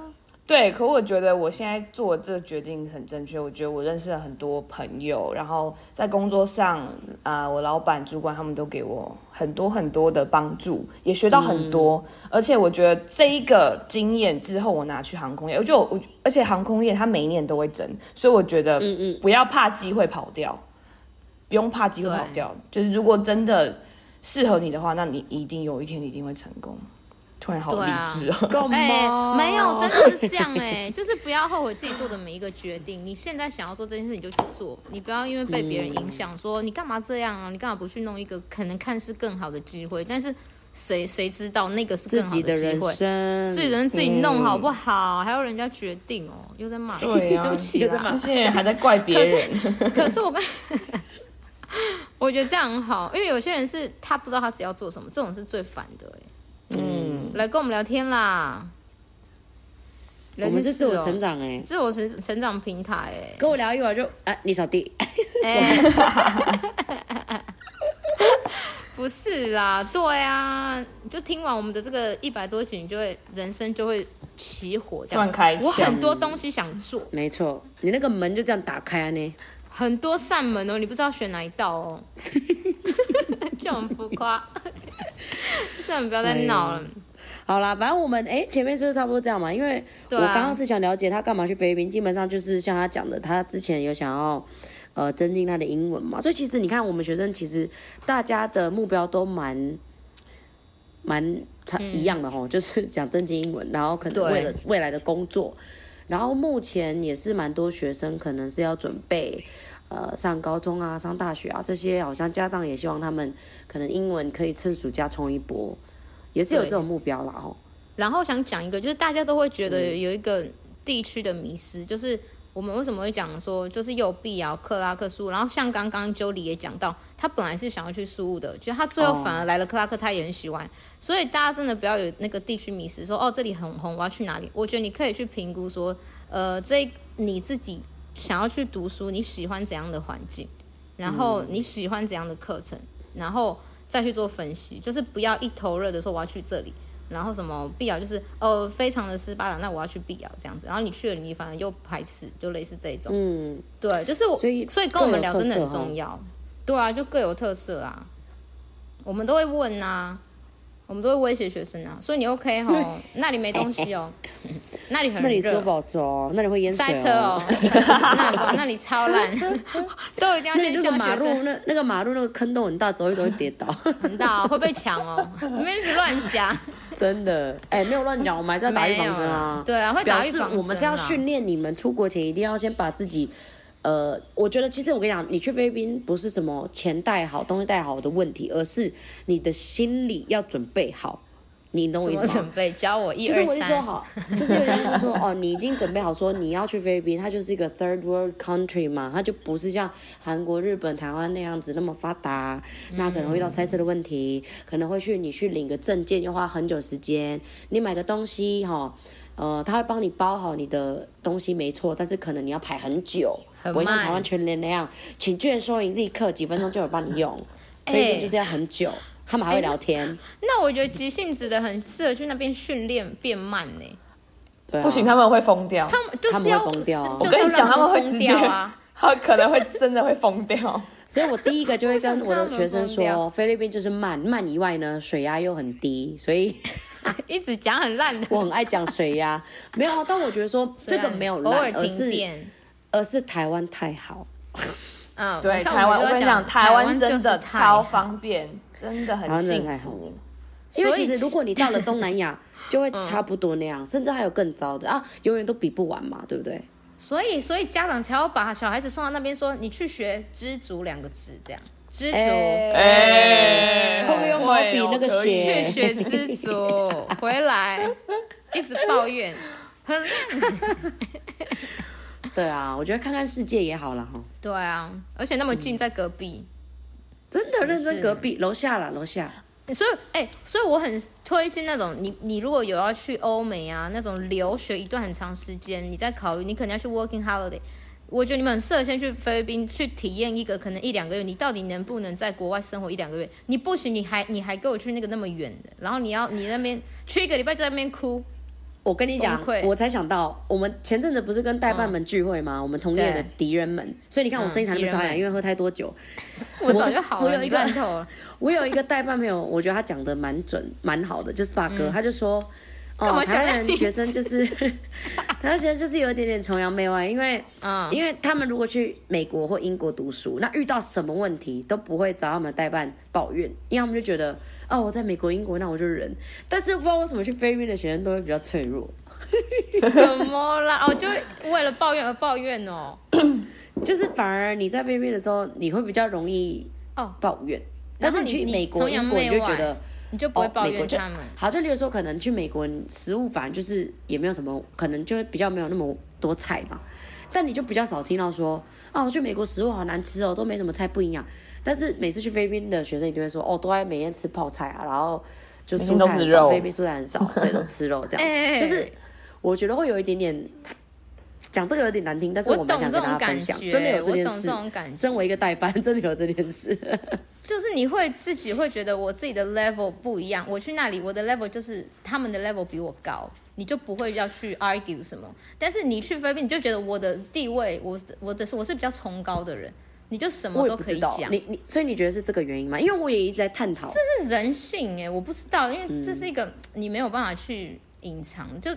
[SPEAKER 3] 对，可我觉得我现在做这决定很正确。我觉得我认识了很多朋友，然后在工作上啊、我老板、主管他们都给我很多很多的帮助，也学到很多。
[SPEAKER 2] 嗯
[SPEAKER 3] 而且我觉得这一个经验之后，我拿去航空业，我就我而且航空业它每一年都会增，所以我觉得
[SPEAKER 1] 嗯嗯
[SPEAKER 3] 不要怕机会跑掉，不用怕机会跑
[SPEAKER 2] 对
[SPEAKER 3] 掉。就是如果真的适合你的话，那你一定有一天一定会成功。突然好
[SPEAKER 2] 对
[SPEAKER 3] 励
[SPEAKER 2] 啊
[SPEAKER 3] 志哦。
[SPEAKER 1] 干嘛？
[SPEAKER 2] 哎、没有，真的是这样哎、就是不要后悔自己做的每一个决定。你现在想要做这件事，你就去做，你不要因为被别人影响，说你干嘛这样啊，你干嘛不去弄一个可能看似更好的机会？但是谁谁知道那个是
[SPEAKER 1] 自
[SPEAKER 2] 更好
[SPEAKER 1] 己的
[SPEAKER 2] 机
[SPEAKER 1] 人
[SPEAKER 2] 会？
[SPEAKER 1] 生，
[SPEAKER 2] 自己人自己弄好不好？还要人家决定哦，又在骂，
[SPEAKER 3] 对
[SPEAKER 1] 啊
[SPEAKER 3] 啊呀、
[SPEAKER 2] 对不起啦。
[SPEAKER 3] 那些人还在怪别人。
[SPEAKER 2] 可是我跟， 我觉得这样很好，因为有些人是他不知道他自己要做什么，这种是最烦的哎、
[SPEAKER 3] 嗯，
[SPEAKER 2] 来跟我们聊天啦。哦
[SPEAKER 1] 我们是自我成
[SPEAKER 2] 长，
[SPEAKER 1] 长哎。
[SPEAKER 2] 自我成成长平台
[SPEAKER 1] 跟我聊一会儿就啊，你扫地，
[SPEAKER 2] 哎、欸，不是啦，对啊，就听完我们的这个一百多集，你就会人生就会起火这
[SPEAKER 3] 突然
[SPEAKER 2] 样。
[SPEAKER 3] 开
[SPEAKER 2] 我
[SPEAKER 3] 窍
[SPEAKER 2] 很，多东西想做，
[SPEAKER 1] 没错，你那个门就这样打开啊呢。
[SPEAKER 2] 很多扇门哦，你不知道选哪一道哦， 就很浮夸。 这样不要再闹了，
[SPEAKER 1] 好啦，反正我们哎、前面就是差不多这样嘛，因为我
[SPEAKER 2] 对啊
[SPEAKER 1] 刚刚是想了解他干嘛去菲律宾，基本上就是像他讲的，他之前有想要呃增进他的英文嘛，所以其实你看我们学生其实大家的目标都蛮蛮差一样的吼，就是 想增进英文，然后可能
[SPEAKER 2] 嗯对
[SPEAKER 1] 为了未来的工作，然后目前也是蛮多学生可能是要准备。呃，上高中啊，上大学啊，这些好像家长也希望他们可能英文可以趁暑假冲一波，也是有
[SPEAKER 2] 对
[SPEAKER 1] 这种目标啦，吼。
[SPEAKER 2] 然后想讲一个，就是大家都会觉得有一个地区的迷失，就是我们为什么会讲说，就是右臂啊、克拉克苏，然后像刚刚 j o 也讲到，他本来是想要去苏务的，就他最后反而来了克拉克，他也很喜欢。所以大家真的不要有那个地区迷失，说哦这里很红，我要去哪里？我觉得你可以去评估说，呃，这你自己想要去读书，你喜欢怎样的环境，然后你喜欢怎样的课程，然后再去做分析，就是不要一头热的说我要去这里。然后什么碧瑶就是哦，非常的斯巴达，那我要去碧瑶这样子。然后你去了，你反而又排斥，就类似这一种。
[SPEAKER 1] 嗯，
[SPEAKER 2] 对，就是我，
[SPEAKER 1] 所以
[SPEAKER 2] 跟我们聊
[SPEAKER 1] 各有
[SPEAKER 2] 真
[SPEAKER 1] 特
[SPEAKER 2] 的
[SPEAKER 1] 色啊
[SPEAKER 2] 很重要。对啊，就各有特色啊。我们都会问啊，我们都会威胁学生啊，所以你 OK 吼，那里没东西哦， 那里很
[SPEAKER 1] 那里吃
[SPEAKER 2] 热
[SPEAKER 1] 不。好吃哦，那里会淹水
[SPEAKER 2] 塞车哦， 那那里超烂，都一定要
[SPEAKER 1] 那里
[SPEAKER 2] 先
[SPEAKER 1] 那
[SPEAKER 2] 希
[SPEAKER 1] 个
[SPEAKER 2] 望
[SPEAKER 1] 马
[SPEAKER 2] 学生
[SPEAKER 1] 路，那那个马路那个坑洞很大，走一走会跌 倒，
[SPEAKER 2] 很大、哦、会被抢哦， 你们一直乱 讲，
[SPEAKER 1] 真的。哎，没有乱讲，我们还是要打预防针啊。
[SPEAKER 2] 没有啦对啊会打
[SPEAKER 1] 表
[SPEAKER 2] 预
[SPEAKER 1] 示
[SPEAKER 2] 防针
[SPEAKER 1] 我
[SPEAKER 2] 啊
[SPEAKER 1] 们是要训练你们出国前一定要先把自己，呃，我觉得其实我跟你讲，你去菲律宾不是什么钱带好、东西带好的问题，而是你的心理要准备好。你懂我
[SPEAKER 2] 怎
[SPEAKER 1] 意
[SPEAKER 2] 么
[SPEAKER 1] 思吗
[SPEAKER 2] 准？备？教我一
[SPEAKER 1] 就是我
[SPEAKER 2] 二
[SPEAKER 1] 就说
[SPEAKER 2] 三，
[SPEAKER 1] 好，就是有人是说哦，你已经准备好说你要去菲律宾，它就是一个 third world country 嘛，它就不是像韩国、日本、台湾那样子那么发达，那可能会遇到塞车的问题，可能会去你去领个证件又花很久时间，你买个东西哈、呃，他会帮你包好你的东西没错，但是可能你要排很久，
[SPEAKER 2] 很
[SPEAKER 1] 不会像
[SPEAKER 2] 慢
[SPEAKER 1] 台湾全联那样，请券收银立刻几分钟就有帮你用，
[SPEAKER 2] 哎
[SPEAKER 1] 菲律宾就是要很久，他们还会聊天，
[SPEAKER 2] 那我觉得急性子的很适合去那边训练变慢呢、
[SPEAKER 1] 对啊
[SPEAKER 3] 不行，他们会疯掉。
[SPEAKER 2] 他们就是
[SPEAKER 1] 他
[SPEAKER 2] 要
[SPEAKER 1] 们会疯掉啊
[SPEAKER 2] 就
[SPEAKER 3] 我跟你讲，他们会直
[SPEAKER 2] 疯
[SPEAKER 3] 接
[SPEAKER 2] 掉啊。，
[SPEAKER 3] 他可能会真的会疯掉。
[SPEAKER 1] 所以我第一个就会跟我的学生
[SPEAKER 2] 我想看我
[SPEAKER 1] 说，菲律宾就是慢，慢以外呢，水压又很低，所 以
[SPEAKER 2] 一直讲很烂的，
[SPEAKER 1] 我很爱讲水压。没有啊，但我觉得说这个没有
[SPEAKER 2] 偶尔
[SPEAKER 1] 烂，而
[SPEAKER 2] 停
[SPEAKER 1] 是
[SPEAKER 2] 电。
[SPEAKER 1] 而是台湾太好。
[SPEAKER 2] 嗯，
[SPEAKER 3] 对，
[SPEAKER 2] 你看
[SPEAKER 3] 台湾，
[SPEAKER 2] 们
[SPEAKER 3] 我
[SPEAKER 2] 就要
[SPEAKER 3] 跟你
[SPEAKER 2] 讲，
[SPEAKER 3] 讲，台湾
[SPEAKER 2] 就是
[SPEAKER 3] 真的
[SPEAKER 2] 太
[SPEAKER 3] 超
[SPEAKER 2] 好
[SPEAKER 3] 方便，真的很幸福。
[SPEAKER 1] 因为
[SPEAKER 2] 所以
[SPEAKER 1] 其
[SPEAKER 2] 嗯
[SPEAKER 1] 实如果你到了东南 亚，就会差不多那样，甚至还有更糟的啊，永远都比不完嘛，对不对？
[SPEAKER 2] 所以所以家长才要把小孩子送到那边说，你去学知足两个字，这样知足。
[SPEAKER 3] 哎
[SPEAKER 1] 会不会用毛笔那个
[SPEAKER 3] 会
[SPEAKER 1] 写？
[SPEAKER 2] 哦去学知 足，回来一直抱怨，很
[SPEAKER 1] 对啊，我觉得看看世界也好了哈。
[SPEAKER 2] 对啊，而且那么近，在隔壁，
[SPEAKER 1] 真的认
[SPEAKER 2] 是
[SPEAKER 1] 真隔壁楼下啦，楼下
[SPEAKER 2] 所以哎、所以我很推荐那种你你如果有要去欧美啊，那种留学一段很长时间，你在考虑你可能要去 working holiday。我觉得你们很适合先去菲律宾去体验一个可能一两个月，你到底能不能在国外生活一两个月？你不行，你还你还给我去那个那么远的，然后你要你那边去一个礼拜就在那边哭，
[SPEAKER 1] 我跟你讲
[SPEAKER 2] 崩溃，嗯
[SPEAKER 1] 我才想到，我们前阵子不是跟代办们聚会吗？我们同业的
[SPEAKER 2] 对
[SPEAKER 1] 敌人们，所以你看我
[SPEAKER 2] 嗯
[SPEAKER 1] 声音才那么
[SPEAKER 2] 敌人
[SPEAKER 1] 沙
[SPEAKER 2] 们
[SPEAKER 1] 哑，因为喝太多酒。
[SPEAKER 2] 我早就好 了，
[SPEAKER 1] 我有一个
[SPEAKER 2] 你烂透了，
[SPEAKER 1] 我有一个代办朋友，我觉得他讲的蛮准、蛮好的，就是发哥，他就 说，哦、
[SPEAKER 2] 嗯干嘛讲
[SPEAKER 1] 台湾
[SPEAKER 2] 那名
[SPEAKER 1] 人学生就是 台湾学生就是有一点点崇洋媚外，因为
[SPEAKER 2] 嗯，
[SPEAKER 1] 因为他们如果去美国或英国读书，那遇到什么问题都不会找他们代办抱怨，因为他们就觉得哦，我在美国、英国，那我就忍。但是不知道为什么去菲律宾的学生都会比较脆弱，
[SPEAKER 2] 什么啦？ 哦，就为了抱怨而抱怨哦。
[SPEAKER 1] 就是反而你在菲律宾的时候，你会比较容易
[SPEAKER 2] 哦
[SPEAKER 1] 抱怨。但
[SPEAKER 2] 然后
[SPEAKER 1] 是
[SPEAKER 2] 你
[SPEAKER 1] 去
[SPEAKER 2] 你
[SPEAKER 1] 美国、
[SPEAKER 2] 崇洋
[SPEAKER 1] 英国，你就
[SPEAKER 2] 媚外
[SPEAKER 1] 觉得
[SPEAKER 2] 你就不会
[SPEAKER 1] 哦，
[SPEAKER 2] 抱
[SPEAKER 1] 美国
[SPEAKER 2] 怨
[SPEAKER 1] 就
[SPEAKER 2] 他们。
[SPEAKER 1] 好，就例如说，可能去美国食物反正就是也没有什么，可能就会比较没有那么多菜嘛。但你就比较少听到说，哦，去美国食物好难吃哦，都没什么菜不营养。但是每次去菲律宾的学生，一定会说，哦，都在每天吃泡菜啊，然后就
[SPEAKER 3] 每
[SPEAKER 1] 蔬
[SPEAKER 3] 天都
[SPEAKER 1] 菜很
[SPEAKER 3] 吃
[SPEAKER 1] 少，
[SPEAKER 3] 肉
[SPEAKER 1] 菲律宾蔬菜很 少，对，都吃肉这
[SPEAKER 2] 哎
[SPEAKER 1] 样子。就是我觉得会有一点点，讲这个有点难听，但是
[SPEAKER 2] 我
[SPEAKER 1] 我蛮
[SPEAKER 2] 懂
[SPEAKER 1] 想
[SPEAKER 2] 这
[SPEAKER 1] 跟
[SPEAKER 2] 种
[SPEAKER 1] 大家
[SPEAKER 2] 感
[SPEAKER 1] 分享，
[SPEAKER 2] 觉，
[SPEAKER 1] 真的有这
[SPEAKER 2] 我
[SPEAKER 1] 件
[SPEAKER 2] 懂这
[SPEAKER 1] 事。
[SPEAKER 2] 种感觉，
[SPEAKER 1] 身为一个代班， 真的有这件事。
[SPEAKER 2] 就是你会自己会觉得我自己的 level 不一样，我去那里我的 level 就是他们的 level 比我高，你就不会要去 argue 什么。但是你去菲律宾，你就觉得我的地位，我我的是我是比较崇高的人，你就什
[SPEAKER 1] 我也
[SPEAKER 2] 么嗯都
[SPEAKER 1] 不
[SPEAKER 2] 可
[SPEAKER 1] 知
[SPEAKER 2] 以
[SPEAKER 1] 道
[SPEAKER 2] 讲，。
[SPEAKER 1] 你你，所以你觉得是这个原因吗？因为我也一直在探讨。
[SPEAKER 2] 这是人性哎、我不知道，因为这是一个你没有办法去隐藏，就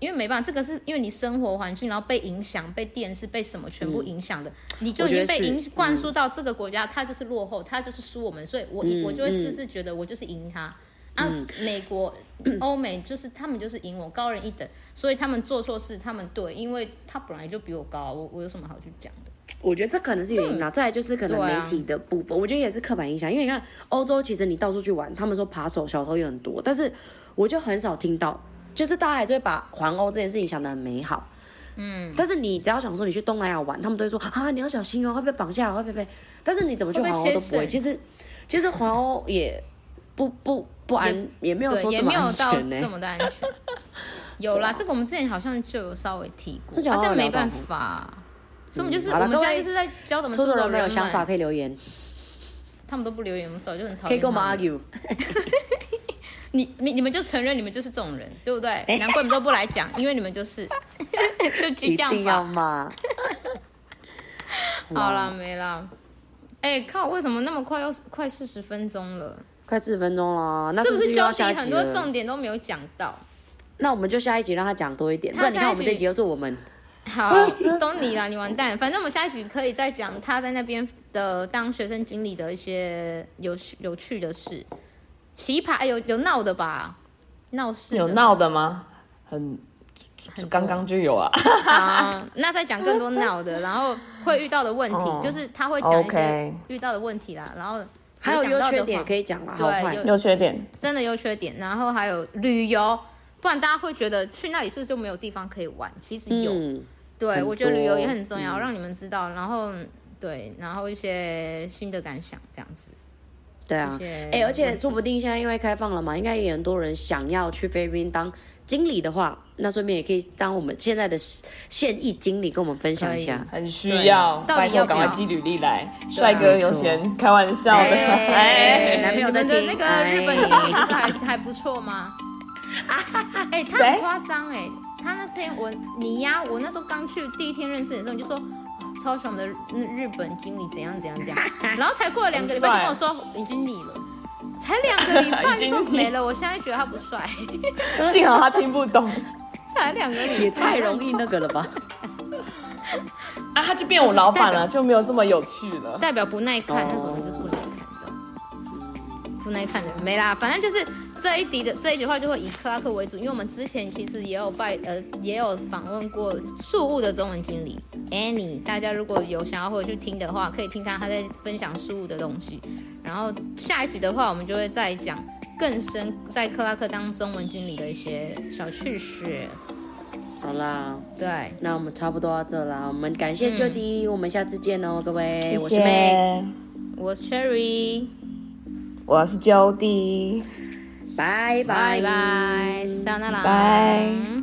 [SPEAKER 2] 因为没办法，这个是因为你生活环境，然后被影响、被电视、被什么全部影响的，你就已经被
[SPEAKER 1] 我觉得
[SPEAKER 2] 影
[SPEAKER 1] 是
[SPEAKER 2] 灌输到这个国家，它就是落后，它就是输我们，所以我、
[SPEAKER 1] 嗯
[SPEAKER 2] 我就会自私，觉得我就是赢他。啊，美国、欧美就是他们就是赢我，高人一等，所以他们做错事，他们对，因为他本来就比我高，我我有什么好去讲的？
[SPEAKER 1] 我觉得这可能是原因啦，再来就是可能
[SPEAKER 2] 对啊
[SPEAKER 1] 媒体的部分，我觉得也是刻板印象。因为你看欧洲，其实你到处去玩，他们说扒手、小偷也很多，但是我就很少听到，就是大家还是会把环欧这件事情想得很美好。嗯，但是你只要想说你去东南亚玩，他们都会说啊你要小心哦，会被绑架哦，会被被。但是你怎么去
[SPEAKER 2] 会被
[SPEAKER 1] 环欧都
[SPEAKER 2] 牵
[SPEAKER 1] 不会。
[SPEAKER 2] 绳
[SPEAKER 1] 其实其实环欧也不不不安，也没有
[SPEAKER 2] 对，
[SPEAKER 1] 说
[SPEAKER 2] 也
[SPEAKER 1] 这么
[SPEAKER 2] 没有
[SPEAKER 1] 安
[SPEAKER 2] 到
[SPEAKER 1] 全欸呢、啊
[SPEAKER 2] 这么的安全。有啦，这个我们之前好像就有稍微提过，
[SPEAKER 1] 这就
[SPEAKER 2] 啊
[SPEAKER 1] 好好
[SPEAKER 2] 但没
[SPEAKER 1] 聊吧嗯
[SPEAKER 2] 办法，所以我们就是
[SPEAKER 1] 好
[SPEAKER 2] 我
[SPEAKER 1] 啦
[SPEAKER 2] 们
[SPEAKER 1] 各
[SPEAKER 2] 现在
[SPEAKER 1] 位
[SPEAKER 2] 就是在教怎么
[SPEAKER 1] 出
[SPEAKER 2] 出
[SPEAKER 1] 走
[SPEAKER 2] 走
[SPEAKER 1] 人没有
[SPEAKER 2] 人
[SPEAKER 1] 想法
[SPEAKER 2] 们，
[SPEAKER 1] 可以留言，
[SPEAKER 2] 他们都不留言，我们早就很讨厌。
[SPEAKER 1] 可以跟我们 argue。
[SPEAKER 2] 你你你们就承认你们就是这种人，对 不对？难怪你们都不来讲，因为你们就是就激
[SPEAKER 1] 一定
[SPEAKER 2] 将
[SPEAKER 1] 要
[SPEAKER 2] 法。
[SPEAKER 1] 骂。
[SPEAKER 2] 好啦，没啦。哎、靠！为什么那么快要快四十分钟了？
[SPEAKER 1] 快四十分钟了，哦那
[SPEAKER 2] 不
[SPEAKER 1] 不
[SPEAKER 2] 是
[SPEAKER 1] 又要
[SPEAKER 2] 焦
[SPEAKER 1] 下
[SPEAKER 2] 点
[SPEAKER 1] 一
[SPEAKER 2] 很
[SPEAKER 1] 集
[SPEAKER 2] 多
[SPEAKER 1] 了？
[SPEAKER 2] 重点都没有讲到？
[SPEAKER 1] 那我们就下一集让他讲多一点，
[SPEAKER 2] 他
[SPEAKER 1] 不然你看我们
[SPEAKER 2] 下
[SPEAKER 1] 这
[SPEAKER 2] 一集
[SPEAKER 1] 集又是我们
[SPEAKER 2] 好，都你啦，你完蛋。反正我们下一集可以再讲他在那边的当学生经理的一些有趣有趣的事，奇葩、哎有有闹的吧，闹事
[SPEAKER 3] 有
[SPEAKER 2] 的吧
[SPEAKER 3] 闹的吗？很，就刚刚就有啊。
[SPEAKER 2] 啊。那再讲更多闹的，然后会遇到的问题，
[SPEAKER 3] 哦
[SPEAKER 2] 就是他会讲一些
[SPEAKER 3] OK
[SPEAKER 2] 遇到的问题啦，然后
[SPEAKER 1] 还有
[SPEAKER 2] 讲
[SPEAKER 1] 优
[SPEAKER 2] 到的
[SPEAKER 1] 缺
[SPEAKER 2] 话
[SPEAKER 1] 点可以讲了，好
[SPEAKER 2] 对
[SPEAKER 1] 坏
[SPEAKER 2] 有
[SPEAKER 3] 优缺点，
[SPEAKER 2] 真的优缺点，然后还有旅游。不然大家会觉得去那里是不是就没有地方可以玩？其实有，
[SPEAKER 1] 嗯，
[SPEAKER 2] 对，
[SPEAKER 1] 很
[SPEAKER 2] 我觉得旅游也很
[SPEAKER 1] 多嗯
[SPEAKER 2] 重要，让你们知道，然后嗯对，然后一些新的感想这样子。
[SPEAKER 1] 对啊
[SPEAKER 2] 一些，
[SPEAKER 1] 哎，而且
[SPEAKER 2] 问题
[SPEAKER 1] 说不定现在因为开放了嘛，应该也很多人想要去菲律宾当经理的话，那顺便也可以当我们现在的现役经理跟我们分享一下。
[SPEAKER 3] 很需要，
[SPEAKER 2] 对到
[SPEAKER 3] 拜托
[SPEAKER 2] 底要啊
[SPEAKER 3] 赶
[SPEAKER 2] 不要
[SPEAKER 3] 快寄履历来。帅哥有闲，开玩笑的。
[SPEAKER 1] 哎
[SPEAKER 3] 哎，
[SPEAKER 1] 男朋友
[SPEAKER 2] 哎你们
[SPEAKER 1] 在
[SPEAKER 2] 的
[SPEAKER 1] 听
[SPEAKER 2] 那个
[SPEAKER 1] 哎
[SPEAKER 2] 日本经理不是还还不错 吗？哎、他很
[SPEAKER 3] 谁
[SPEAKER 2] 夸张哎，他那天我你呀，我那时候刚去第一天认识你的时候，你就说哦超喜欢我们的日日本经理怎样怎样 怎样，然后才过了两个礼拜就跟我
[SPEAKER 3] 很
[SPEAKER 2] 说哦已经腻了。才两个礼拜
[SPEAKER 3] 已
[SPEAKER 2] 就说
[SPEAKER 3] 经腻
[SPEAKER 2] 没了，我现在觉得他不帅，哎
[SPEAKER 3] 幸好他听不懂
[SPEAKER 2] 才两个礼
[SPEAKER 1] 也
[SPEAKER 2] 拜
[SPEAKER 1] 太，容易那个了吧？
[SPEAKER 3] 啊，他就变我老板了，就没有这么有趣了。
[SPEAKER 2] 代表不耐看，那种
[SPEAKER 1] 哦
[SPEAKER 2] 人就不耐看的。不耐看的人没啦，反正就是这一集的这一句话就会以克拉克为主，因为我们之前其实也有拜呃也有访问过树屋的中文经理 Annie，大家如果有想要回去听的话，可以听看他在分享树屋的东西。然后下一集的话，我们就会再讲更深在克拉克当中文经理的一些小趣事。
[SPEAKER 1] 好啦，
[SPEAKER 2] 对，
[SPEAKER 1] 那我们差不多到这啦，我们感谢
[SPEAKER 2] 嗯
[SPEAKER 1] 旧迪，我们下次见哦，各位，
[SPEAKER 3] 谢
[SPEAKER 1] 我是 May，
[SPEAKER 3] 谢，
[SPEAKER 2] 我是 Cherry，
[SPEAKER 3] 我是 Jody。
[SPEAKER 1] 拜拜
[SPEAKER 2] 拜拜，撒那拉，
[SPEAKER 3] 拜。